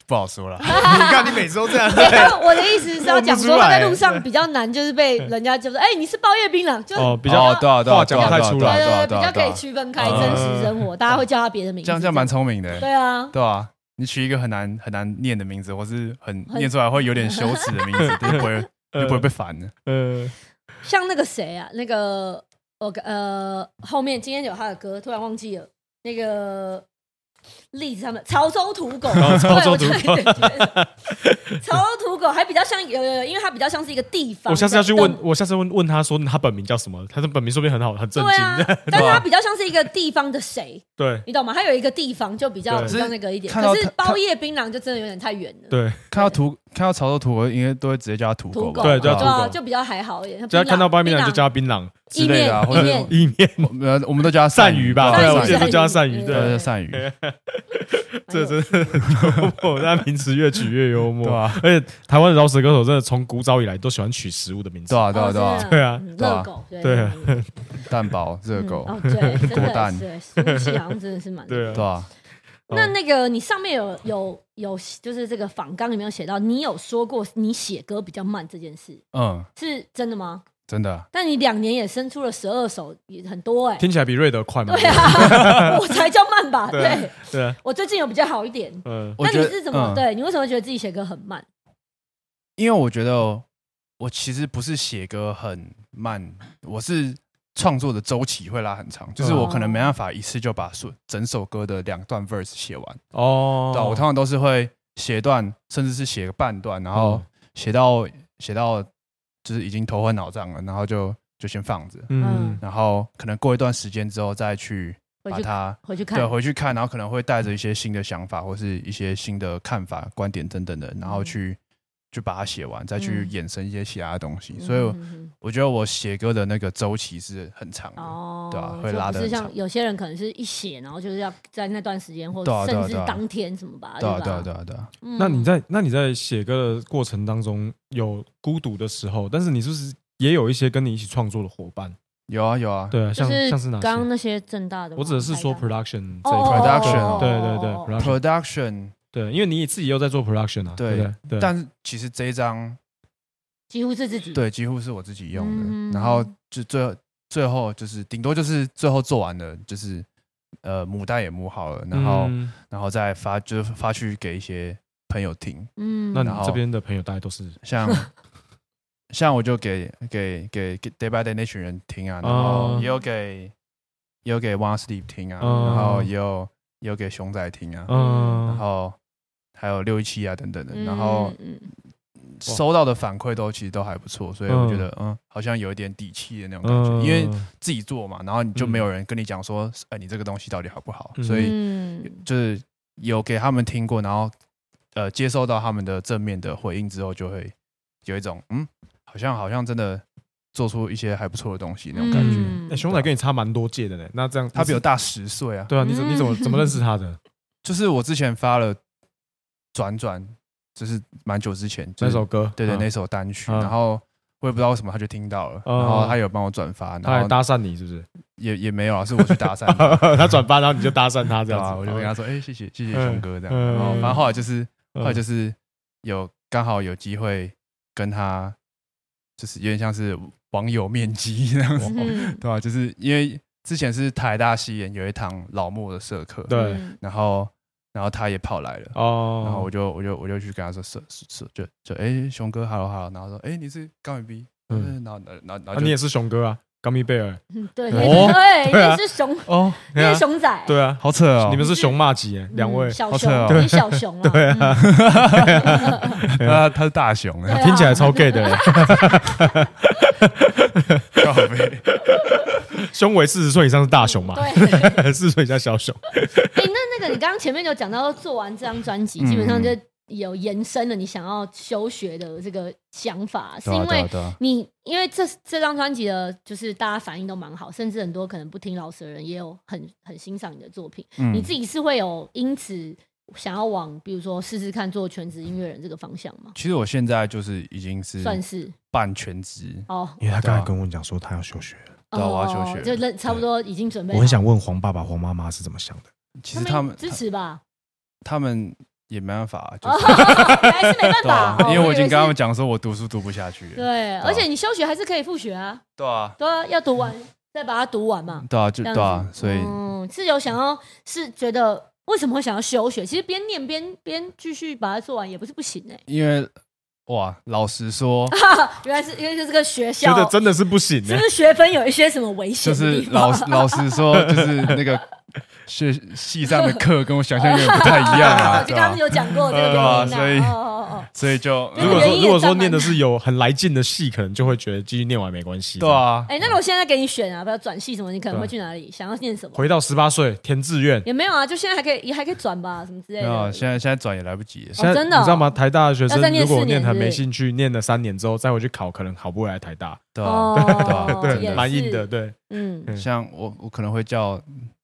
不 好说了。你看你每周这样，没有，我的意思是 要讲弄说，不出欸他来在路上比较难，就是被人家就说，哎，你是包月槟榔，就哦，对 比较哦对啊对话啊，对讲不啊，太对啊出对啊来对啊对对，对比啊较可对以啊，区分开嗯真实生活，大家会叫他别的名字，这样这样蛮聪明的，对啊，对啊，你取一个很难很难念的名字，或是很很念出来会有点羞耻的 名字，就不会就不会被烦的。呃，像那个谁啊，那个我呃后面今天有他的歌，突然忘记了那个例子他们潮州土狗，哦 潮州土狗对我突然对潮州土狗还比较像有有有，因为它比较像是一个地方。我下次要去但问，我下次问问他说他本名叫什么，他的本名说不定很好，很震对啊惊。，但是它比较像是一个地方的谁， 对你懂吗？它有一个地方就比较对比较那个一点，看到可是它包夜槟榔就真的有点太远了。对，看到土看到潮州土狗，应该都会直接叫他土土狗狗吧，对对叫土啊狗啊，就比较还好一点。只要看到八面槟狼榔就叫他槟榔，意之类的啊面或者意面意面呃，我们都叫他鳝鳝鱼吧，鳝对，鱼我记得都叫他鳝鱼，鳝鱼啊对，啊对 叫，鳏鱼，这真的很幽默，哦那名词越取越幽默对。啊，而且台湾的饶舌歌手真的从古早以来都喜欢取食物的名字对，啊，对啊，对哦啊，真的对啊嗯对啊热狗，对对啊嗯蛋堡、嗯热狗，哦，对，真国的蛋是食物系好像真的是蛮。对 对啊，啊，那那个你上面有有有，就是这个访纲里面有写到，你有说过你写歌比较慢这件事，嗯，是真的吗？真的，但你两年也生出了十二首，也很多哎、听起来比瑞德快嘛对， 啊，我才叫慢吧？对啊对对啊，我最近有比较好一点。嗯，我那觉你得是怎么？嗯对你为什么觉得自己写歌很慢？因为我觉得我其实不是写歌很慢，我是创作的周期会拉很长，就是我可哦能没办法一次就把所整首歌的两段 verse 写完。哦，对啊、我通常都是会写一段，甚至是写个半段，然哦后写到写到就是已经头昏脑胀了，然后就就先放着，嗯然后可能过一段时间之后再去回把去它回去看对，回去看，然后可能会带着一些新的想法，或是一些新的看法、观点等等的，然后去、去把它写完，再去嗯衍生一些其他的东西。所以我嗯我觉得我写歌的那个周期是很长的，哦，对啊就会拉得不是很长像有些人可能是一写，然后就是要在那段时间，或对啊对啊甚至对啊当天什么吧，对啊，吧？对啊，对啊，对啊。嗯那你在那你在写歌的过程当中有孤独的时候，但是你是不是也有一些跟你一起创作的伙伴？有啊有啊，对啊，就像是像是哪刚刚些？那些正大的吗，我指的是说台大 production 这哦一块哦哦 production 哦对对啊对，production production，对，因为你自己又在做 production 啊，对对不对，但是其实这一张几乎是自己。对几乎是我自己用的，嗯然后就最后最后就是顶多就是最后做完了，就是呃母带也母好了，然后、嗯然后再发就是发去给一些朋友听，嗯，那你然后这边的朋友大概都是像 像我就给给给给 Day by Day 那群人听啊，然哦后也有给也有给 One Sleep 听啊，哦然后也有也有给熊仔听啊，然嗯后还有六一七啊等等的，嗯然后嗯嗯收到的反馈都其实都还不错，所以我觉得嗯好像有一点底气的那种感觉，嗯，因为自己做嘛，然后你就没有人跟你讲说，哎、你这个东西到底好不好，嗯所以嗯就是有给他们听过，然后呃接收到他们的正面的回应之后，就会有一种嗯，好像好像真的做出一些还不错的东西那种感觉。嗯哎熊仔跟你差蛮多届的呢，那这样他比我有大十岁啊，对啊，你怎嗯你怎么怎么认识他 的？就是我之前发了转转，就是蛮久之前、那就是、首歌，对对、嗯那首单曲，嗯然后。我也不知道为什么他就听到了，嗯然后他有帮我转发，他还然后搭讪你是不是？也也没有啊，是我去搭讪 的，他转发，然后你就搭讪他这对样啊，子，我就跟他说，哎，谢谢谢谢嗯熊哥这样，嗯然后反正后来就是嗯后来就是有刚好有机会跟他，就是有点像是网友面基这样子，嗯对吧、啊就是因为之前是台大西研有一堂老莫的社课，对嗯然后然后他也跑来了。哦，然后我就我就我就去跟他说社社社就就哎、熊哥 hello hello，然后说哎、你是高远 B，嗯嗯，然后然后然后然啊后就你也是熊哥啊，高米贝尔，嗯对，对哦对，对啊你是熊，哦，你是熊仔，对啊，好扯哦，你们是熊骂级耶嗯，两位，啊小好扯熊哦，你是 小熊啊，对啊，他他是大熊对啊听起来超 gay 的耶， 高 飞，胸围四十岁以上是大熊嘛， 对，四十岁以下小熊，哎，那那个你刚刚前面有讲到，做完这张专辑，嗯基本上就有延伸了你想要休学的这个想法，是对啊因对为啊对啊， 你因为这这张专辑的，就是大家反应都蛮好，甚至很多可能不听老师的人也有很很欣赏你的作品。嗯你自己是会有因此想要往，比如说试试看做全职音乐人这个方向吗？其实我现在就是已经是算是半全职，哦，因为他刚才跟我讲说他要休学，对啊我要休哦学就认差不多已经准备好。问黄爸爸、黄妈妈是怎么想的。 其实他们支持吧，他们也没办法啊，就哦，是还是没办对法，啊哦因为我已经跟他们啊以讲说我读书读不下去为是了，对，而且你休学还是可以复学啊，对啊，对啊，要读完再把它读完嘛。对啊，就这样对子啊，所以嗯，是有想要是觉得为什么会想要休学？其实边念边边继续把它做完也不是不行哎、因为哇，老 实说，原来是因为这个学校觉得真的是不行是呢不。是学分有一些什么危险就的地是方？老老实说，就是那个学系上的课跟我想象有点不太一样 啊，哦就对刚刚吧？有讲过这个对啊原因啊，哦哦哦，所以就就如是果原说因如果也占说蛮念的是有很来劲的戏，可能就会觉得继续念完没关系。对，啊，哎、那如果现在给你选啊，不要转系什么，你可能对会去哪里？想要念什么？啊回到十八岁填志愿，也没有啊，就现在还可以，也还可以转吧，什么之类没有，的。啊现在现在转也来不及，现在真的哦你知道吗？台大的学要再生念如果四年念很是不没是兴趣，念了三年之后再回去考，可能考不回来台大，对啊，哦，对啊也对，是蛮硬的。。对，嗯，嗯像我我可能会叫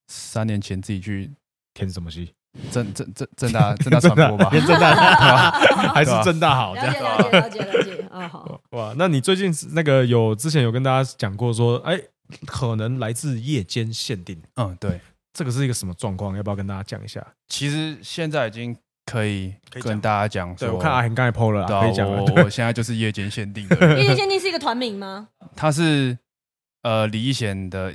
三年前自己去填什么 系？正正正正大正大传播吧， 正 大还是正大哦好？哦了这样解了解了解了解。啊， 好，哇，那你最近是那个有之前有跟大家讲过说，哎，可能来自夜间限定，嗯，对，这个是一个什么状况？要不要跟大家讲一下？其实现在已经可以可以讲跟大家讲说，对我看阿恒刚才 PO 了对啦，啊可以讲我了。 我我现在就是夜间限定的，夜间限定是一个团名吗？它是呃李易贤的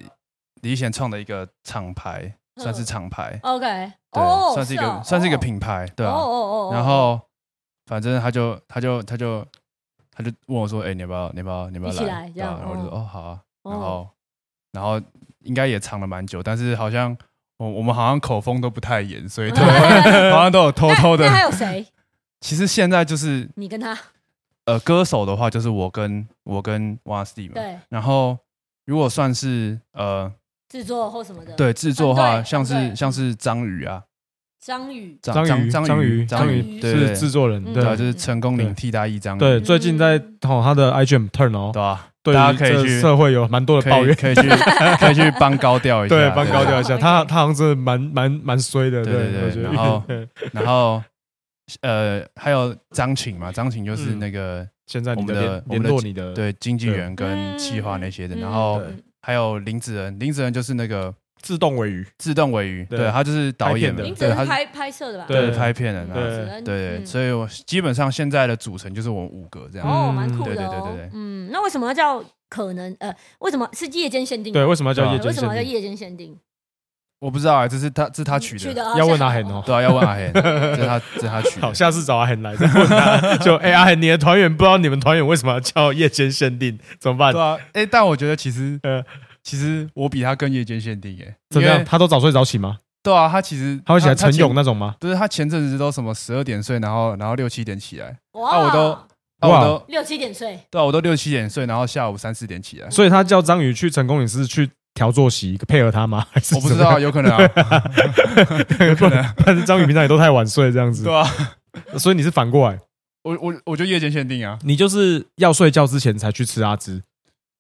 李易贤创的一个厂牌，嗯算是厂牌， OK，对，哦，算是一个、哦算是一个，品牌，对哦啊。哦哦哦，然后反正他就他就他就他就问我说：“哎、你要不要你要不要你要不要一起来对啊这样然后我就说：“哦哦，好啊。”哦然后、然后应该也藏了蛮久，但是好像我我们好像口风都不太严，所以 都好像都有偷偷的那。那还有谁？其实现在就是你跟他呃，歌手的话就是我跟我跟 One Steve 嘛，对然后如果算是呃制作或什么的？，对制作的话，嗯团队像团是队像是张宇啊，张宇，张张宇张张宇宇张宇宇对是对制作人，嗯对啊，对就是成功领替代一张宇对，对最近在哦他的 IGM turn 哦，吧？对大于家可以这去社 会有蛮多的可抱以怨，可以去可以去帮高调一 下，啊对，帮高调一下，对啊他他好像真的蛮蛮蛮衰的，对对对我觉得然后对然后呃，还有张琴嘛，张琴就是嗯那个 现在你我们的的我联们的联络你的对经纪人跟企划那嗯些的，然后对还有林子仁，林子仁就是那个自动尾鱼，自动尾鱼，对对他就是导演嘛，拍片您的只对是他是拍拍摄的吧？嗯对对拍片人对啊，对，对，所以我基本上现在的组成就是我们五个这样，哦，嗯蛮酷对的对对哦对对。嗯，那为什么要叫可能？呃，为什么是夜间限定？对，为什么要叫夜嗯对，啊间为什么要限叫定？夜间限定？我不知道啊，这是他这是他取取的的，啊要问是阿好恒哦对啊，要问阿黑，这是他这是他取 好，的，下次找阿恒来再问 他，就哎、阿恒，你的团员不知道你们团员为什么要叫夜间限定，怎么办对？啊，哎，但我觉得其实呃，其实我比他更夜间限定耶，怎么因样？为？他都早睡早起吗？对啊，他其实他会起来晨泳的，那种吗？不是他前阵子都什么十二点睡，然后然后六七点起来，哇啊我都啊哇我都六七点睡，对啊我都六七点睡，然后下午三四 点起来，所以他叫张宇去成功影视去调作息，配合他 吗？还是我不知怎么道，样，有可 能啊，有可能啊，但是张宇平常也都太晚睡这样子对，啊，所以你是反过来，我我我就夜间限定啊，你就是要睡觉之前才去吃阿芝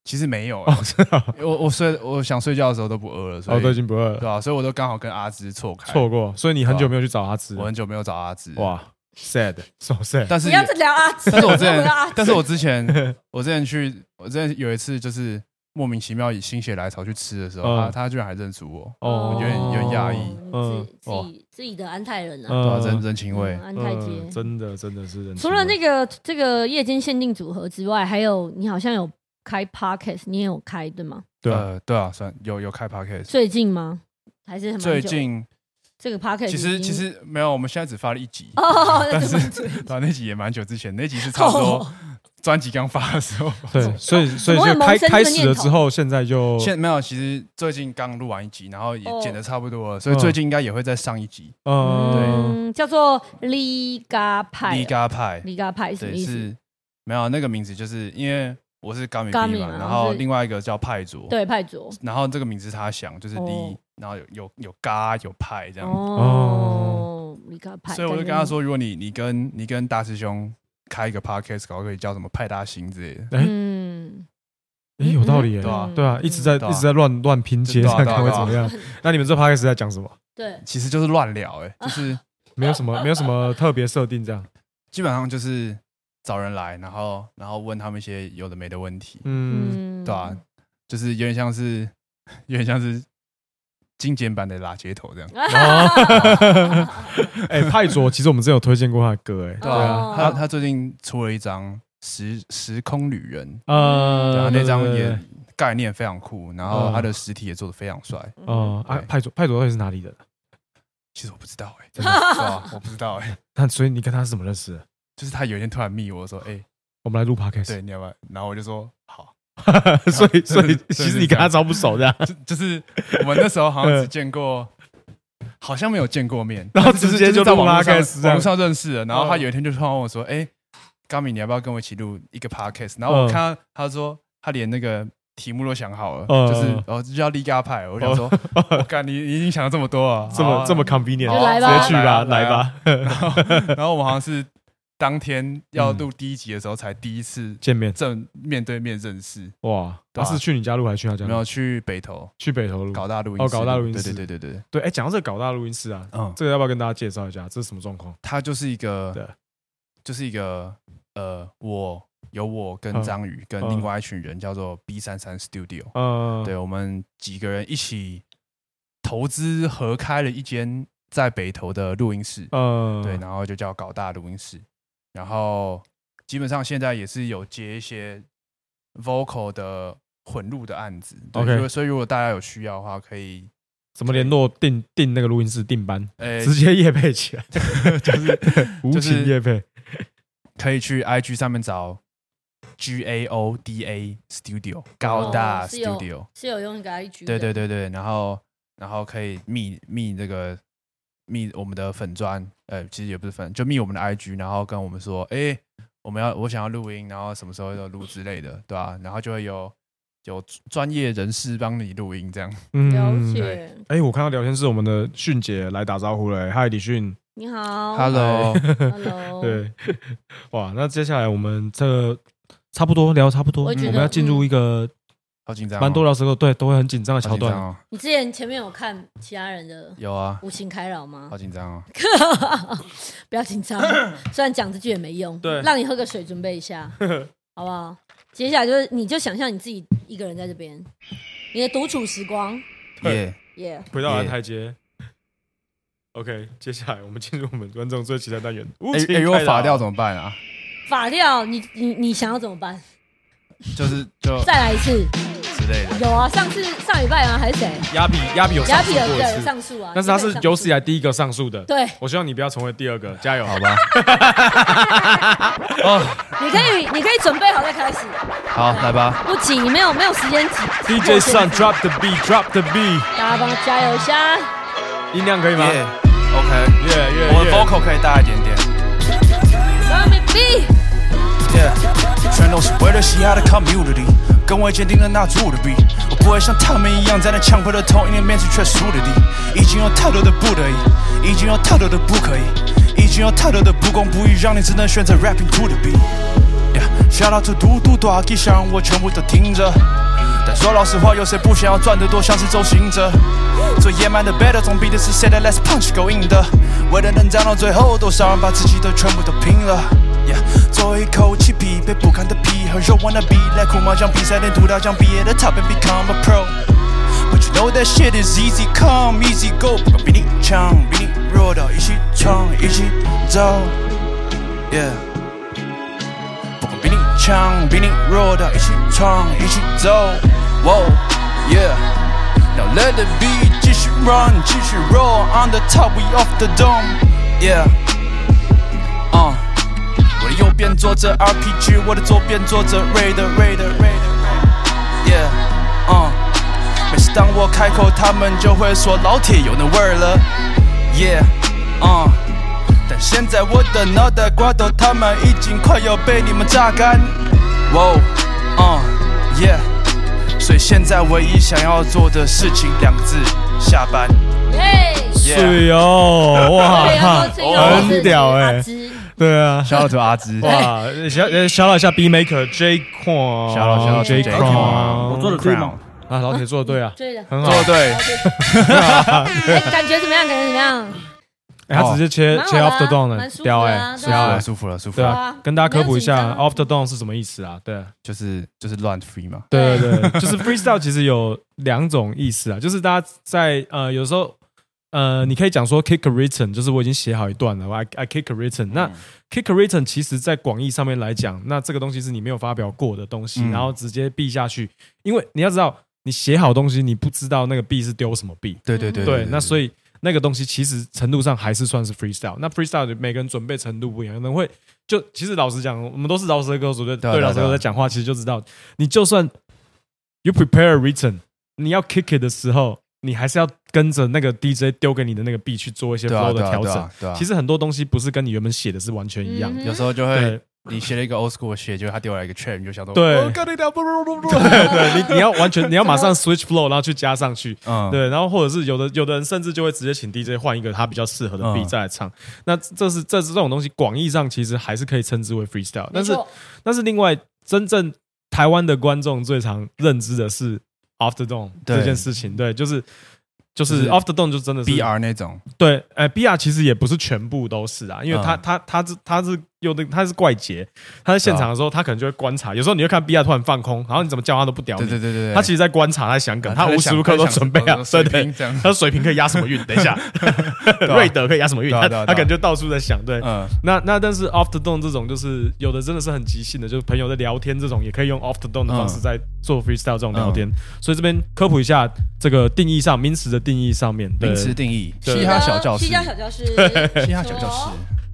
其实没有啊，哦，是啊，我我睡我想睡觉的时候都不饿了，所哦，以都已经不饿对了，啊，所以我都刚好跟阿芝错开，错过，所以你很久没有去找他吃，我很久没有找阿芝，哇，sad，so sad，但不是要也再聊阿紫，但是我之不要聊阿前紫，但是我 之前我之前去，我之前有一次就是莫名其妙以心血来潮去吃的时候，嗯他他居然还认出我，哦，我觉得有点压抑嗯嗯，自自己自己的安泰人啊，嗯对啊，人人情味嗯，安泰街嗯。真的真的是人。除了那个这个夜间限定组合之外，还有你好像有开 podcast，你也有开对吗？对啊，呃，对啊，算有有开 podcast。最近吗？还是很蛮久最近这个 podcast 其实已经其实没有，我们现在只发了一集，哦，那但怎是么最近对啊，那集也蛮久之前，那集是差不哦多专辑刚发的 时候。对，所以所以怎么会就萌开生这个开始了念头之后，现在就现没有，其实最近刚录完一集，然后也哦剪的差不多了，所以最嗯近应该也会再上一集嗯，嗯，叫做 Liga 派《Liga 派》。 ，Liga 派什么对，意思？是没有那个名字，就是因为我是高米 Gami B 嘛嘛，然我后是另外一个叫派卓，，对，派卓。然后这个名字他想就是 D，、哦然后有有有嘎有派这样，哦，你给他拍，所以我就感跟觉他，说，如果你你跟你跟大师兄开一个 podcast，搞可以叫什么派大星之类的，哎嗯，哎，有道理耶对，啊对啊，一直在对啊一直在乱乱拼接，对啊看对啊 看会怎么样。那你们这 p o d 在讲什么？对，其实就是乱聊、欸，啊就是没有什么没有什么特别设定这样。基本上就是找人来，然后然后问他们一些有的没的问题，嗯，嗯对啊，就是有点像是有点像是精简版的拉街头这样。嗯 啊哦， 哎，派卓，其实我们之前有推荐过他的歌，哎，对啊他他最近出了一张《时时空旅人》，呃，然后嗯啊那张也对，概念非常酷，然后嗯他的实体也做的非常帅。哦，啊，对派卓，派卓到底是哪里人？其实我不知道哎、真 的是吧？我不知道哎、那所以你跟他是怎么认识的？就是他有一天突然密我说，哎、我们来录 podcast，对，你要不要？然后我就说好， 所以 所以对对其实你跟他超不熟的，就就是我们那时候好像只见过，好像没有见过面， 然后但是直接就就是在网络录上 podcast 这样网络上认识的。然后他嗯有一天就突然问我说，哎、高敏，你要不要跟我一起录一个 podcast？然嗯后我看到他说他连那个。题目都想好了，嗯就是嗯哦，就叫利嘎派。我想说， 我 干，你你已经想了这么多啊，这好么啊这么 convenient，就来吧直接去吧，来来啊吧，然后，然后我好像是当天要嗯录第一集的时候，才第一次见面正面对面认识。哇！对他啊是去你家录还是去他家录？有没有去北投去北投录。搞大录音哦室？搞大录音室对对对对对，对，哎，讲到这个搞大录音室啊，嗯，这个要不要跟大家介绍一下？这是什么状况？他就是一对个，就是一个呃，我有我嗯跟章鱼跟嗯另外一群人叫做 B 三三 Studio，呃，对我们几个人一起投资合开了一间在北投的录音室。呃，对，然后就叫搞大录音室，然后基本上现在也是有接一些 vocal 的混录的案子。对 OK 如果所以如果大家有需要的话，可以，怎么联络订订那个录音室订班？呃，直接夜配起来， 就是无情夜配。可以去 IG 上面找 G A O D A Studio 高大哦是有 Studio，、是有用一个 IG，对对对，对对，然后然后可以密密这个密我们的粉砖，呃，其实也不是粉，就密我们的 IG，然后跟我们说，哎，我们要我想要录音，然后什么时候要录之类的，对吧、然后就会有有专业人士帮你录音，这样。了嗯，解。哎，我看到聊天室我们的迅姐来打招呼了，嗨，李迅，你好 Hello， Hello，对， 哇，那接下来我们这差不多聊差不多，我我觉得嗯们要进入一个好紧张、哦，蛮多的聊时候对都会很紧张的桥段。哦，你之前前面有看其他人的有啊，无情开朗吗？好紧张哦。 不 要紧张，虽然讲这句也没用，对让你喝个水准备一下， 好不好？接下来就是，你就想象你自己一个人在这边，你的独处时光，对耶、耶、回到蓝台阶。OK，接下来我们进入我们观众最期待单元。无哎情哎，如果开法朗掉怎么办啊？法掉，你你你想要怎么办？就是 就再来一次，之类的。有啊，上次上礼拜啊还是谁？亚比亚比有雅上诉比尔过对一次，上诉啊，但是他是你可以上诉有史以来第一个上诉的。对，我希望你不要成为第二个，加油！好吧，你可以你可以准备好再开始，好，来吧。不急，没有没有时间急。 DJ 上抓， drop the beat，drop the beat，大家帮我加油一下，音量可以吗？耶、o k 越越我的越 vocal 可以大一点点。上面 B。 Yeah，全都是为了嘻哈的 community，跟我坚定的拿住的比。我不会像他们一样站在那强迫的同一的面前却输的低。已经有太多的不得已，已经有太多的不可以，已经有太多的不公不义，让你只能选择 rapping to the beat。Yeah，小老子嘟嘟多阿基，想让我全部都听着。但说老实话，有谁不想要赚得多，像是周行者？最野蛮的 battle 总比的是谁的 less punch 够硬的。为了能战到最后，多少人把自己的全部都拼了。Yeah，最后一口气疲惫不堪的皮和肉 wanna be 来酷麻将比赛，连读到将毕业的 top and become a pro。But you know that shit is easy come, easy go，不管比你强，比你弱的一起闯，一起走。Yeah，不管比你强，比你弱的一起闯，一起走。Whoa, yeah。Now let the beat 继续 run，继续 roll on the top we off the dome。Yeah，uh,，我的右边坐着 RPG，我的左边坐着 Raider Raider Raider。Yeah，uh,。每次当我开口，他们就会说老铁有那味儿了。Yeah，嗯、但现在我的脑袋瓜头，他们已经快要被你们榨干。哇哦，嗯、y e a h 所以现在唯一想要做的事情，两个字：下班。耶！ Yeah，对哦，对啊要哇做，这个很屌阿哎，芝对啊，小老头阿芝，哇，小呃小老一下 B Maker J Quan，小老小老 J J Quan，我做的对吗？哦啊，老铁做的对啊，对的，很好做，的对，哎感觉怎么样？感觉怎么样？欸他哦只是切蛮好切的啊 After Dawn 蛮的舒服的屌啊哎，对舒啊服屌哎了，，舒服了，舒服对了，对啊啊，跟大家科普一没有下紧张 After Dawn 是什么意思啊？对。就是就是乱 free 嘛。对对对对，就是 freestyle 其实有两种意思啊，就是大家在呃有时候呃你可以讲说 kick a written，就是我已经写好一段了，我 I I kick a written、那 kick a written 其实在广义上面来讲，那这个东西是你没有发表过的东西，嗯然后直接 B 下去，因为你要知道你写好东西，你不知道那个 B 是丢什么 B，对对对对那所以那个东西其实程度上还是算是 freestyle。那 freestyle 的每个人准备程度不一样，可能会就其实老实讲，我们都是饶舌歌手，对对啊对对饶啊舌歌手对在啊讲话，其实就知道，你就算 you prepare a written，你要 kick it 的时候，你还是要跟着那个 DJ 丢给你的那个 B 去做一些对啊 flow 对的啊调对整啊。对啊，其实很多东西不是跟你原本写的是完全一样。嗯有时候就会对你写了一个 old school 的写，结果他丢来一个 trap，你就想说，对我跟你讲，不不不不不，对你，你要完全你要马上 switch flow，然后去加上去。嗯，对，然后或者是有的有的人甚至就会直接请 DJ 换一个他比较适合的 B 嗯再来唱。那这是这是这种东西，广义上其实还是可以称之为 freestyle。但是没错但是另外，真正台湾的观众最常认知的是 After Dawn 对这件事情，对，就是。就就是是 After Dawn 就真的是，BR 那种，对，呃，BR 其实也不是全部都是啊，因为他、嗯他他是他是有的他是怪杰，他在现场的时候他可能就会观察，有时候你会看 BR 突然放空，然后你怎么叫他都不屌对你对，对对，他其实在观察，他在想梗，啊他在无时想无刻都在想准备啊，呃对水对平这 样他说水平可以压什么 韵？等一下，啊瑞德可以压什么韵？对啊他对啊对啊他可能就到处在想。对，嗯，那那但是 off the d o w n 这种就是有的真的是很即兴的，就是朋友在聊天这种也可以用 off the d o w n 的方式嗯在做 freestyle 这种聊天。所以这边科普一下这个定义上名词的定义上面。对名词定义，对嘻哈小教室，西家小教室，嘻哈小教室，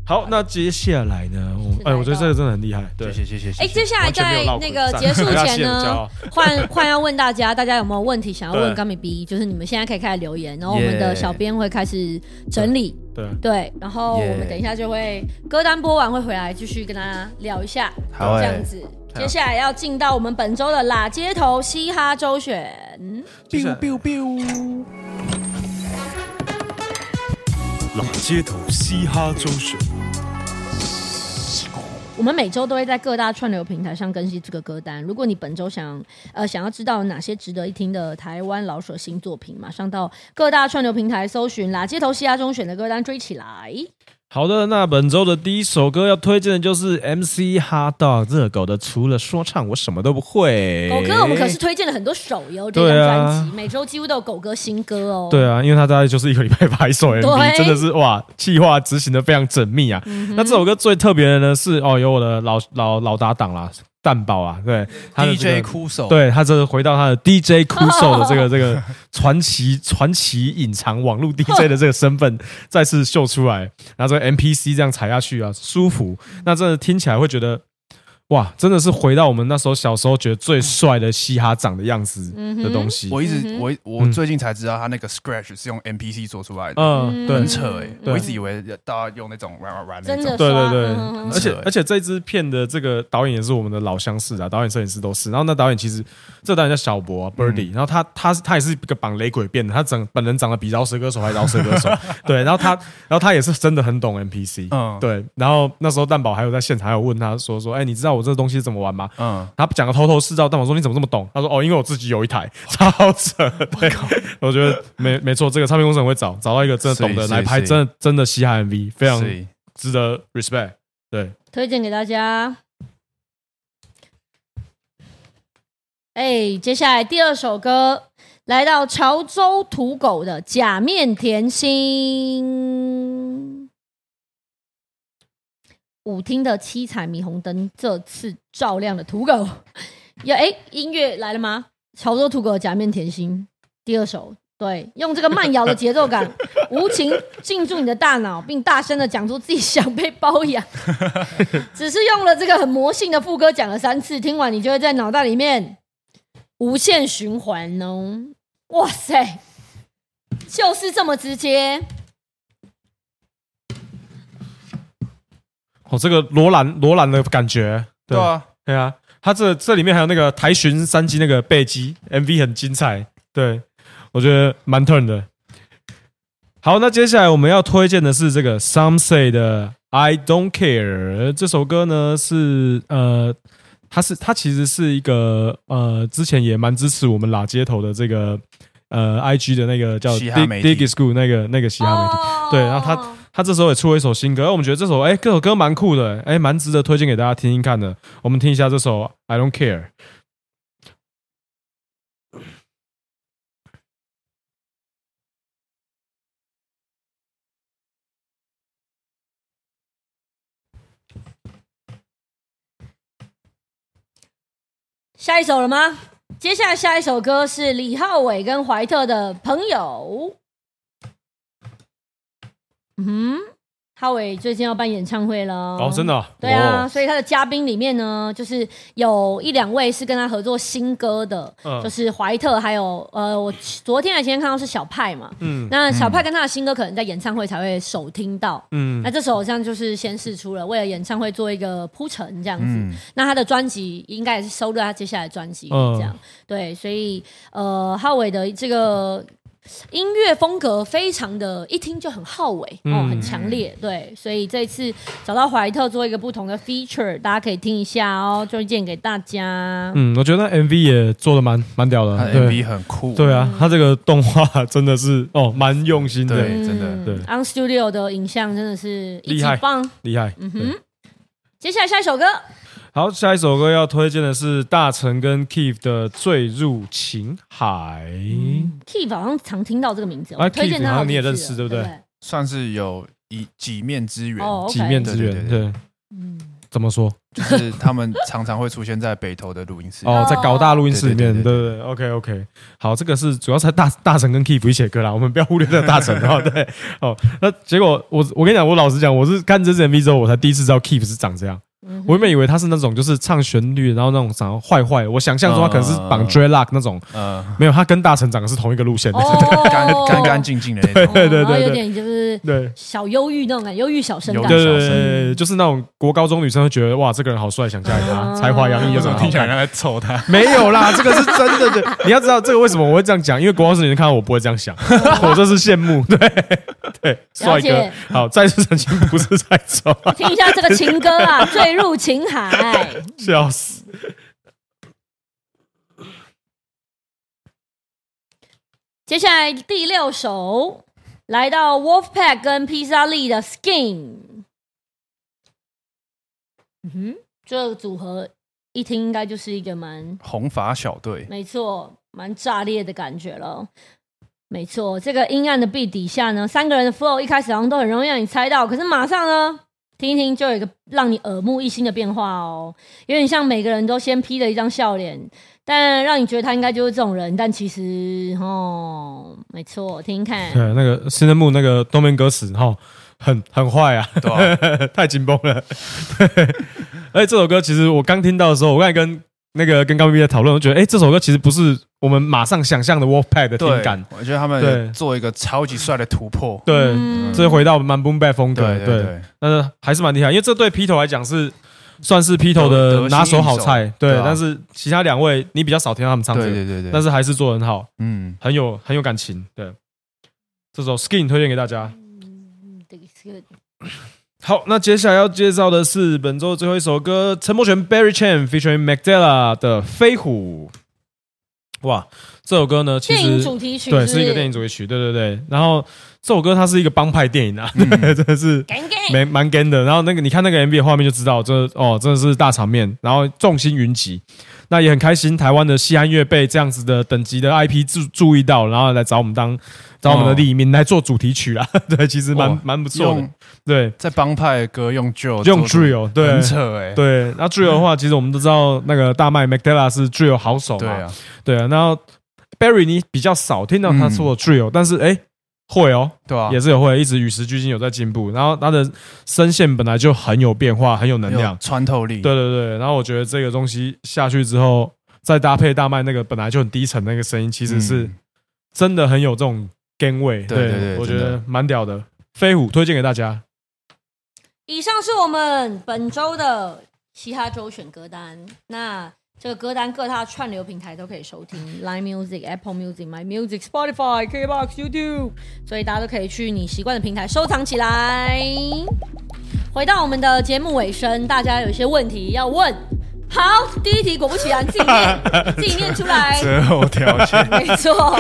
好，那接下来呢？是我哎，来我觉得到这个真的很厉害。对谢，谢谢谢谢。哎，接下来完全没有在绕那口个赞结束大家前谢很骄呢傲，换换要问大家，大家有没有问题想要问对 Gummy B？就是你们现在可以开始留言，然后我们的 Yeah 小编会开始整理，对，对，然后我们 Yeah 等一下就会歌单播完会回来继续跟大家聊一下，好这欸样子。好接下来要进到我们本周的拉街头嘻哈周选，接下来 biu biu，老街头嘻哈周旋，我们每周都会在各大串流平台上更新这个歌单。如果你本周想呃想要知道哪些值得一听的台湾老舍新作品，马上到各大串流平台搜寻啦街头嘻哈中选的歌单追起来。好的，那本周的第一首歌要推荐的就是 MC 哈 dog 热狗的，除了说唱我什么都不会。狗哥，我们可是推荐了很多首哟，这张对啊专辑、每周几乎都有狗哥新歌哦。对啊，因为他大概就是一个礼拜拍一首 MV，对嗯真的是哇，计划执行的非常缜密啊。那这首歌最特别的呢是哦，有我的老老老搭档啦，蛋宝啊，对他的、这个 DJ 哭手，，对他这是回到他的 DJ 酷手的这个这个传奇传奇隐藏网络 DJ 的这个身份再次秀出来，然后这个 MPC 这样踩下去啊，舒服。那真的听起来会觉得，哇，真的是回到我们那时候小时候觉得最帅的嘻哈长的样子的东西。我一直我我嗯最近才知道他那个 scratch 是用 MPC 做出来的，嗯，对，很扯哎，对我一直以为大家用那种玩玩玩那真的 种，对刷对对嗯嗯嗯，而且很扯欸而且这支片的这个导演也是我们的老相识啊，导演、摄影师都是。然后那导演其实这导演叫小博、啊、Birdy，、然后嗯他他他也是一个绑雷鬼变的，他长本人长得比饶舌歌 手还饶舌歌手，对。然后他然后他也是真的很懂 NPC，、嗯对。然后那时候蛋宝还有在现场还有问他说说，哎、你知道我这东西怎么玩吗？嗯，他讲的头头是道，但我说你怎么这么懂？他说哦，因为我自己有一台， 超扯。对， 我觉得没没错，这个唱片公司很会找，找到一个真的懂得是来拍是真的真的嘻哈 MV，非常所以值得 respect。对，推荐给大家。哎，接下来第二首歌，来到潮州土狗的《假面甜心》。舞厅的七彩霓虹灯这次照亮了土狗。 呀，哎，音乐来了吗？潮州土狗的《假面甜心》第二首，对，用这个慢摇的节奏感，无情进驻你的大脑，并大声的讲出自己想被包养。只是用了这个很魔性的副歌讲了三次，听完你就会在脑袋里面无限循环哦。哇塞，就是这么直接，哦，这个罗兰罗兰的感觉，对，啊，对啊，他这这里面还有那个台巡三机那个背机 MV 很精彩，对我觉得蛮 turn 的。好，那接下来我们要推荐的是这个 Some Say 的 I Don't Care 这首歌呢，是呃，它是它其实是一个呃，之前也蛮支持我们拉街头的这个呃 IG 的那个叫嘻哈 Dig 媒体哦哦 Dig School 那个那个嘻哈媒体，对，然后他他这时候也出了一首新歌，而我们觉得这首哎、这首歌蛮酷的，哎、蛮值得推荐给大家听听看的。我们听一下这首《I Don't Care》。下一首了吗？接下来下一首歌是李浩伟跟怀特的《朋友》。嗯哼，浩伟最近要办演唱会了哦，真的、哦，对啊，哦所以他的嘉宾里面呢，就是有一两位是跟他合作新歌的，嗯就是怀特，还有呃，我昨天还今天看到是小派嘛。嗯那小派跟他的新歌可能在演唱会才会首听到，嗯那这首好像就是先试出了，为了演唱会做一个铺陈这样子。嗯那他的专辑应该也是收录在他接下来的专辑里嗯这样。对，所以呃，浩伟的这个音乐风格非常的，一听就很浩伟哦，嗯很强烈。对，所以这次找到怀特做一个不同的 feature，大家可以听一下哦，推荐给大家。嗯，我觉得那 MV 也做的蛮蛮屌他的，的对 MV 很酷，对啊，嗯他这个动画真的是哦蛮用心的，对真的嗯对 On Studio 的影像真的是一厉级害棒。厉害。嗯对哼，接下来下一首歌，好，下一首歌要推荐的是大成跟 Keith 的《坠入情海》。嗯嗯 Keep 好像常听到这个名字，啊我推荐 Keith 他好好像几你也次认识了对对不对？算是有一几面之缘，哦，几面 OK 之缘，对对对，嗯，怎么说？ 就是他们常常会出现在北投的录音室。哦，在搞大录音室里面，对对对对对对，OK OK，好，这个是主要是大大成跟 Keep 一起的歌啦，我们不要忽略这个大成哦，对，哦，那结果我我跟你讲，我老实讲，我是看这支 MV 之后，我才第一次知道 Keep 是长这样，嗯哼我原本以为他是那种就是唱旋律，然后那种长坏坏的，我想象中他可能是绑嗯 dreadlock 那种，呃，没有，他跟大成长的是同一个路线的，哦，干干干净净的那种，对对对然后有对点就是 对。小忧郁那种感觉，忧郁小生有对感对觉。对对对对，就是那种国高中女生会觉得哇，这个人好帅，想嫁给他，嗯才华洋溢，有什么听好起看来像在抽他？没有啦，这个是真的的。你要知道这个为什么我会这样讲，因为国王是女人看到我不会这样想，我这是羡慕，哦 对对，帅了解哥。好，再次澄清，不是在走，听一下这个情歌啊，《坠入情海》。笑死。接下来第六首，来到 Wolfpack 跟披萨利的 Skin。嗯哼，这个组合一听应该就是一个蛮红发小队，没错，蛮炸裂的感觉了。没错，这个阴暗的壁底下呢，三个人的 flow 一开始好像都很容易让你猜到，可是马上呢，听一听就有一个让你耳目一新的变化哦，有点像每个人都先 P 了一张笑脸，但让你觉得他应该就是这种人，但其实哦，没错，听听看对，，那个新人木那个东边歌词哈，很很坏啊，对吧？ 太紧绷了。而且这首歌其实我刚听到的时候，我刚才跟那个跟高 B 在讨论，我觉得哎、诶这首歌其实不是我们马上想象的 Wolfpack 的听对感，，我觉得他对们做一个超级帅的突破。对，嗯这回到蛮 Boom Bap 风格，对对对，但是还是蛮厉害，因为这对披头来讲是算是披头的拿手好菜，对。得心应手对啊但是其他两位你比较少听到他们唱这对个，对对对，但是还是做得很好，嗯，很有很有感情。对，这首 Skin 推荐给大家。这个这个好，那接下来要介绍的是本周最后一首歌，陈柏旋 Barry Chan featuring Magdala 的《飞虎》。哇，这首歌呢，其电影主实题曲对是一个电影主题曲，对对对。然后这首歌它是一个帮派电影啊， 对，真的是，gang gang，蛮蛮 gan 的。然后那个你看那个 MV 的画面就知道，这哦真的是大场面，然后众星云集。那也很开心，台湾的西安乐被这样子的等级的 IP 注注意到，然后来找我们当找我们的哦李明来做主题曲啊。 对，其实蛮哦蛮不错的用。对，在帮派的歌用 drill 用做 drill 对很扯哎，对，那 drill 的话，其实我们都知道那个大麦 Magdala 是 drill 好手对嘛，啊，对啊。然后 Barry 你比较少听到嗯他做 drill，但是哎会哦，对啊，也是有会，一直与时俱进，有在进步。然后他的声线本来就很有变化，很有能有量。穿透力，对对对，然后我觉得这个东西下去之后，再搭配大麦那个本来就很低沉那个声音，其实是嗯真的很有这种 gang 味。对对对我觉真的得蛮屌的。飞虎推荐给大 家。以上是我们本周的嘻哈周选歌单。那这个歌单各大串流平台都可以收听，Line Music、Apple Music、My Music、Spotify、KBox、YouTube，所以大家都可以去你习惯的平台收藏起来。回到我们的节目尾声，大家有一些问题要问。好，第一题果不其然，自己念，自己念出来，择偶条件没 错，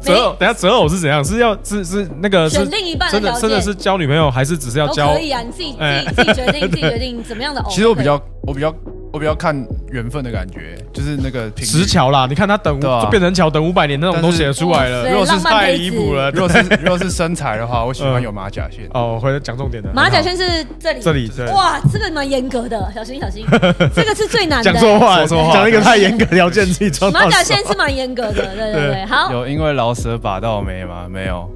择偶，没等一下择偶是怎样？是要是是那个是选另一半的真的条真的件是交女朋友，还是只是要都交可？以啊，你自己自哎己自己决定，自己决定怎么样的偶。 其实我比都较，我比较，我比较看缘分的感觉，就是那个频率石。桥啦，你看他等对啊就变成桥等五百年那种但都是写得出来哇了塞如果是浪漫太杯离子谱了。如果是如果是身材的话，我喜欢有马甲线。哦，回来讲重点的可以。马甲线是这里，这里对哇，这个蛮严格的，小心小心，这个是最难的。讲错话，啊说错话讲一个太严格条件，自己创造。马甲线是蛮严格的，对对对，好，有因为老舍把到没吗？没有，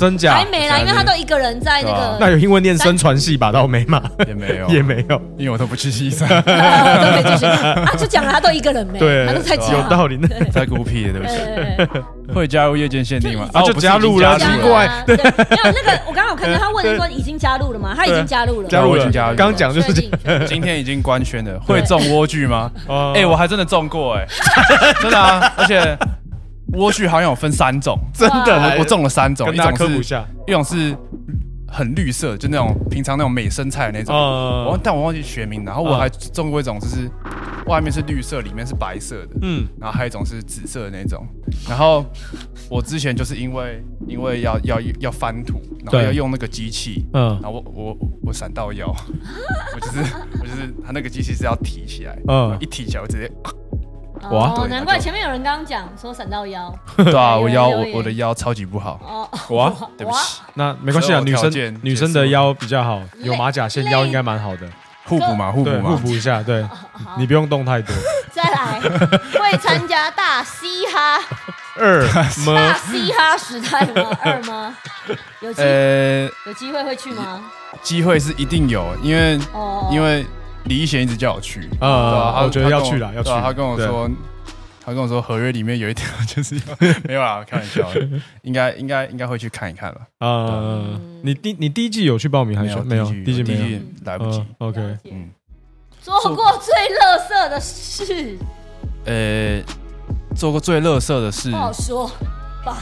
真假还？没啦，因为他都一个人在那那个，有因为念生传系把到没吗？也没 有，也，没 有。因为我都不去西 山，都可以继续啊，就讲了他都一个人没，对，他都在家，有道理。那太孤僻了，对不对起。对对对会加入夜间限定吗？ 啊我就不是加入了已经奇加入怪对，没有那个，我刚刚有看到他问说已经加入了吗？他已经加入了，加入我已了经加入，了刚讲就是确定今天已经官宣了，会中莴苣吗？ 哦哎、我还真的中过哎、 真的啊！而且莴苣好像有分三种， 真的我来我中了三种，跟一大家种科是普一下。一种是很绿色，就那种平常那种美生菜的那种，嗯我忘但我忘记学名，然后我嗯还中过一种就是外面是绿色，里面是白色的，嗯，然后还有一种是紫色的那种。然后我之前就是因为因为要要要翻土，然后对要用那个机器，嗯然后我我我闪到腰，我就是我就是它那个机器是要提起来，嗯嗯，一提起来我直接，哇哦，对难怪前面有人刚刚讲说闪到腰， 对啊，我 腰有我有有我的腰超级不好，哦，哇， 对不起，那没关系啊，择偶女条生件结束啊女生的腰比较好，有马甲线累腰应该蛮好的，互补嘛，互补对，互嘛，补一啊下， 对，你不用动太 多。再 来会参加大嘻哈 二大么嘻哈时代 吗？二吗？有机呃，有机会会去吗？机会是一定有，因为哦，因为李易贤一直叫我去，对啊啊，他我觉得他要跟去了，要去对啊啦。他跟我对，说，他跟我说合约里面有一条 就是要没有啊，开 玩笑的，应该应该应该会去看一看吧。啊，嗯你第你第一季有去报名还是没有？第第一季一没有季来不及嗯。，OK，嗯嗯，做过最乐色的嗯事，嗯呃，做过最乐色的事不，好说吧，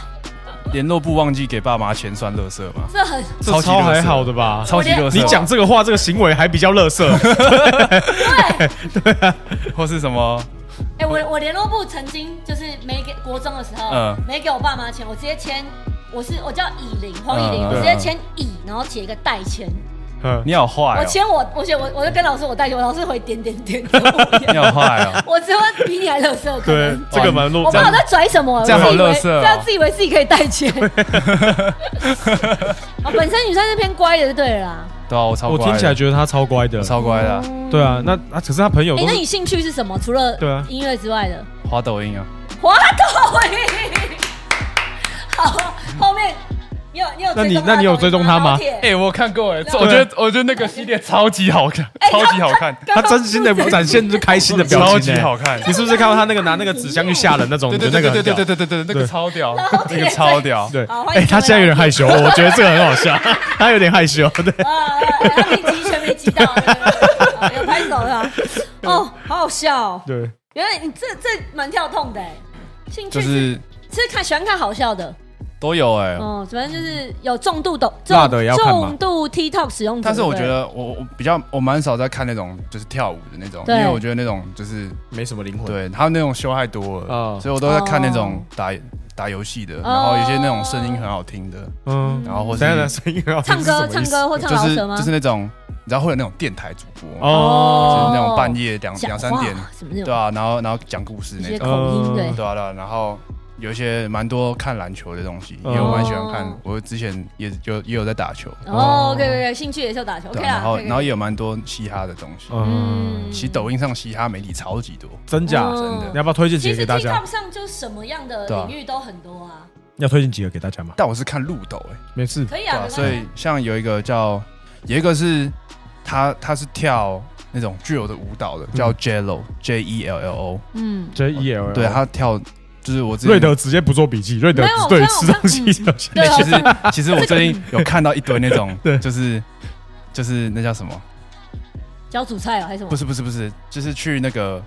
联络部忘记给爸妈钱算乐色吗？这很这超级超垃圾还好的吧？超级乐色，你讲这个话，这个行为还比较乐色。 或是什么？哎、我我联络部曾经就是没给国中的时候，嗯没给我爸妈钱，我直接签，我是我叫乙玲黄乙玲，嗯我直接对嗯签乙，然后写一个代签，嗯你好坏我哦，签我我写我我就跟老师我代签，我老师回点点点，跟我一 你好样，坏哦我只会比你还乐色，可对能，这个蛮我不落知道在拽什么，这样我自以为好垃圾哦这样自以为自己可以代签。 啊，本身女生是偏乖的，就对了啦。对啊，我超我乖的，听起来觉得他超乖的我，超乖的啊，哦对啊，那啊，可是他朋友哎、都那是你兴趣是什么？除了对啊音乐之外的，滑抖音啊，滑抖音。好，后面你有你有那你追踪那你有抖音追踪他吗老铁哎，我看过哎，这对我觉得我觉得那个系列超级好看，超级好看，他真心的展现就开心的表情，超级好看欸你是不是看到他那个拿那个纸箱去吓人那种？对你觉对得对那个很对对屌对对对对，那对个超屌，铁那个超屌，对好，欢迎哎，他现在有点害羞，我觉得这个很好笑，他有点害羞，对。啊，哎他没击拳没击 到，啊有拍手的啊。哦，好好笑、哦。对，原来你这这蛮跳痛的哎，兴趣就是是是看喜欢看好笑的，都有哎。哦，反正就是有重度抖辣的也要重看吗重度 TikTok 使用者，但是我对觉得我我比较我蛮少在看那种就是跳舞的那种，因对为我觉得那种就是没什么灵魂，对他那种修太多了哦，所以我都在看那种打打游戏的，然后有些那种声音很好听的，嗯，然后或等一下者是声音很好听唱是什么歌意思唱歌或唱就老是舌吗？就是那种你知道会有那种电台主播，就哦是那种半夜两讲两三话点，什么那对种啊，然后然后讲故事一那些种，口音嗯对。对啊对啊，然后。有一些蛮多看篮球的东西，因为哦我蛮喜欢看。我之前也有也有在打球，哦，OK OK，兴趣也是有打球，OK 对啦啊，。然后 OK，OK 然后也有蛮多嘻哈的东西。嗯，其实抖音上嘻哈媒体超级多，真假？嗯你要不要推荐几其个给实大家 TikTok？上就什么样的对啊领域都很多啊，要推荐几个给大家吗？但我是看路抖哎、没事，可以对啊，啊，没关系所以像有一个叫，有一个是他他是跳那种具有的舞蹈嗯的，叫 Jello、J E L L O， 嗯，这 E L 对他跳就是我之瑞前德直接不做笔记，瑞德没有只对于我吃看东西我有看兴趣对啊，其实其实我最近有看到一堆那种 对，就是就是那叫什么？ 教主菜哦，还是什么？不是不是不是，就是去那个。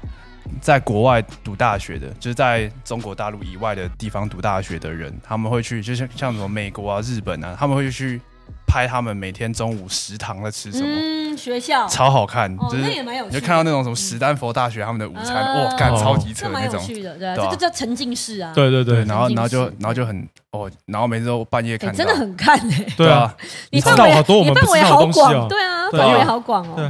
在国外读大学的，就是在中国大陆以外的地方读大学的人，他们会去，就像像什么美国啊、日本啊，他们会去拍他们每天中午食堂在吃什么，嗯，学校超好看，哦就那也是蛮有你趣的就看到那种什么史丹佛大学他们的午餐，嗯哇，干哦超级这扯蛮有那种，趣的，对啊，对啊这就叫沉浸式啊，对对对，然后沉浸然后就式然后就很哦，然后每次都半夜哎，看到，真的很看哎，对啊，啊，你你范知道围好多我你们范不知围道的好东西广，哦，对啊，对啊范围好广哦对，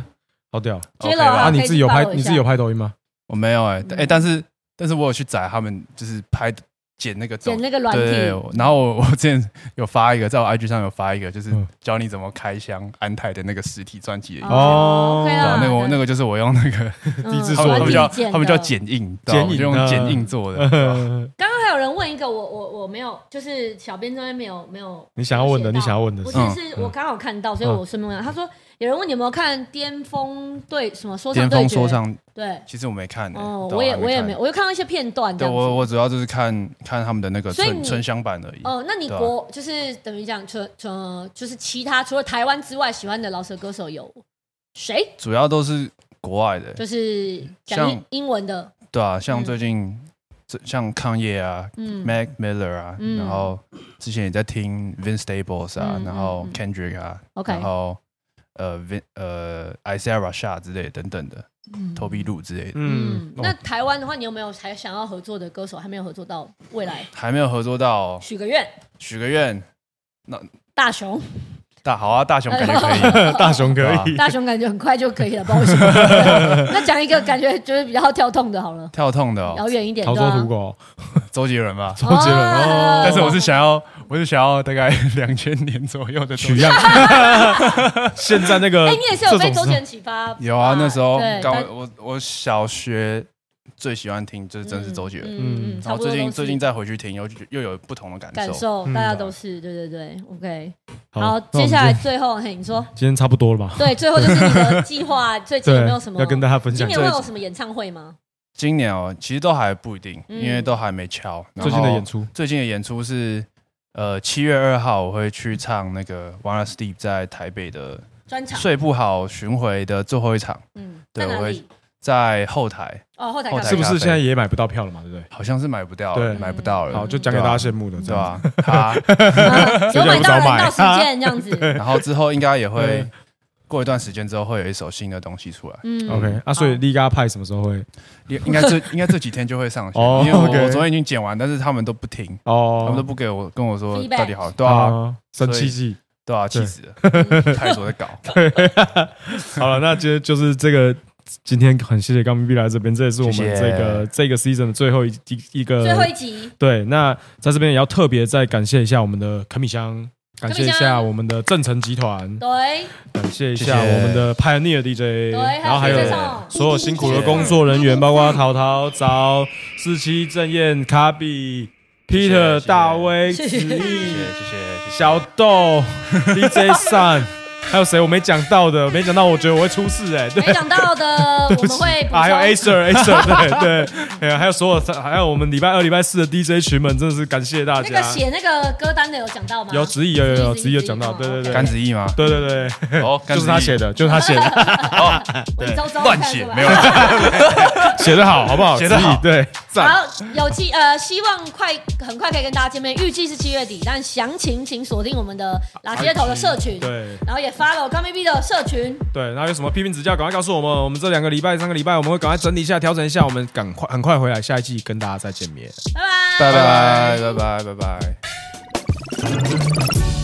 好屌！接 OK 了吧啊，啊，你可以自己有去拍报一你自己下有拍抖音吗？哦我没有哎嗯哎，但是但是我有去载他们，就是拍剪那个照剪那个软对对体，对，然后我我之前有发一个，在我 IG 上有发一个，就是嗯教你怎么开箱安泰的那个实体专辑的影片。哦，OK 对啊啦，那个我那个就是我用那个，低制是嗯他作我软们他们体叫剪他们叫的剪映，对啊剪我影就用啊剪映做的，对啊刚刚还有人问一个，我我我没有，就是小编这边没有没有你想要问的，写到你想要问的我是，其实是我刚好看到，所以我顺便问他，他说有人问你有没有看《巅峰对什么说唱巅对峰决说》？唱，对，其实我没看欸，哦，对啊我也还我也看没有，我就看到一些片段这对样我子。我主要就是看看他们的那个所以春你春香版而已。哦，那你对啊国就是等于讲，除呃，就是其他除了台湾之外，喜欢的饶舌歌手有谁？主要都是国外的，就是讲像英英文的，对啊，像嗯最近这像康业啊嗯，Mac Miller 啊，嗯然后之前也在听 Vince Staples 啊嗯，然后嗯嗯 Kendrick 啊 OK 然后呃 Vin 呃 Isaiah Rashad 之类等等的嗯，Toby Lu 之类的，嗯嗯，，那台湾的话，你有没有还想要合作的歌手还没有合作到？未来还没有合作到哦许个愿，许个愿，大 雄，大好啊，大雄感觉可 以，大雄可对啊以，大雄感觉很快就可以了，不好意思。 那讲一个感觉就是比较跳痛的，好了，跳痛的哦，遥远一点，逃对脱啊土狗，周杰伦吧。周杰伦哦哦，但是我是想要，我是想要大概 两千年左右的取 周杰样，现在那个哎，你也是有被这种周是杰伦启发？有啊，那时候对刚但我我小学最喜欢听就是真是周杰伦，嗯，嗯嗯然差后不多最近都是最近再回去听，又又有不同的感受。感受，嗯大家都是对对对，OK。那好，我们接下来就最后，嘿，你说，今天差不多了吧？对，最后就是你的计划，最近有没有什么？要跟大家分今享一年下会有什么演唱会吗？今年哦，其实都还不一定，嗯因为都还没敲。然后最近的演，出，最近的演出是呃七月二号，我会去唱那个 One Last Deep 在台北的专场？睡不好巡回的最后一场，嗯，在对哪我里会？在后台，哦，后台后看台是不咖是啡现在也买不到票了嘛？对不对？好像是买不到，对买不到了，好，就讲给大家羡慕的，对这样吧？他，啊有买所到以就不人早买到时间这样子。然后之后应该也会 对过一段时间之后会有一首新的东西出来，嗯 OK，啊，所以 Liga 派什么时候会？应应该 这应该这几天就会上线，哦因为我 OK 我昨天已经剪完，但是他们都不听，他哦，们都不给我跟我说 Feedback 到底好，对啊，啊，生气气。对啊，哦对气死了，开始我在搞， 好了，那今天就是这个。今天很谢谢刚明碧来这边，这也是我们谢谢这个这个 season 的最后一一一个最后一集，对，那在这边也要特别再感谢一下我们的可米香，感谢一可米下香我们的正成集团，对感谢一下谢谢我们的 Pioneer DJ，对，然后还有有介绍所有辛苦的工作人员，包括淘淘、早、四七、郑燕、卡比、谢谢 Peter、谢谢大威、谢子谢谢谢毅、谢谢谢谢，小 豆、DJ Sun，还有谁我没讲到的？没讲到，我觉得我会出事哎、对。没讲到的，我们会补啊，还有充 Acer Acer，对对，哎呀，还有所有，还有我们礼拜二、礼拜四的 DJ 群们，真的是感谢大那家个。写那个歌单的有讲到吗？有子毅，有有有子子怡毅有子怡讲到，哦对对对，甘子毅吗？对对对，哦，甘就是子毅他写，的，就是他写的，你周周乱看写出来没有啦，写的好，好不好？ 写得子怡好对，好，有期呃，希望快很快可以跟大家见面，预计是七月底，但详情请锁定我们的拉街头的社群，对然后也 follow 高 B 的社群，对。然后有什么批评指教，赶快告诉我们。我们这两个礼拜、三个礼拜，我们会赶快整理一下、调整一下，我们赶快很快回来，下一季跟大家再见面。拜拜。拜拜拜拜拜拜。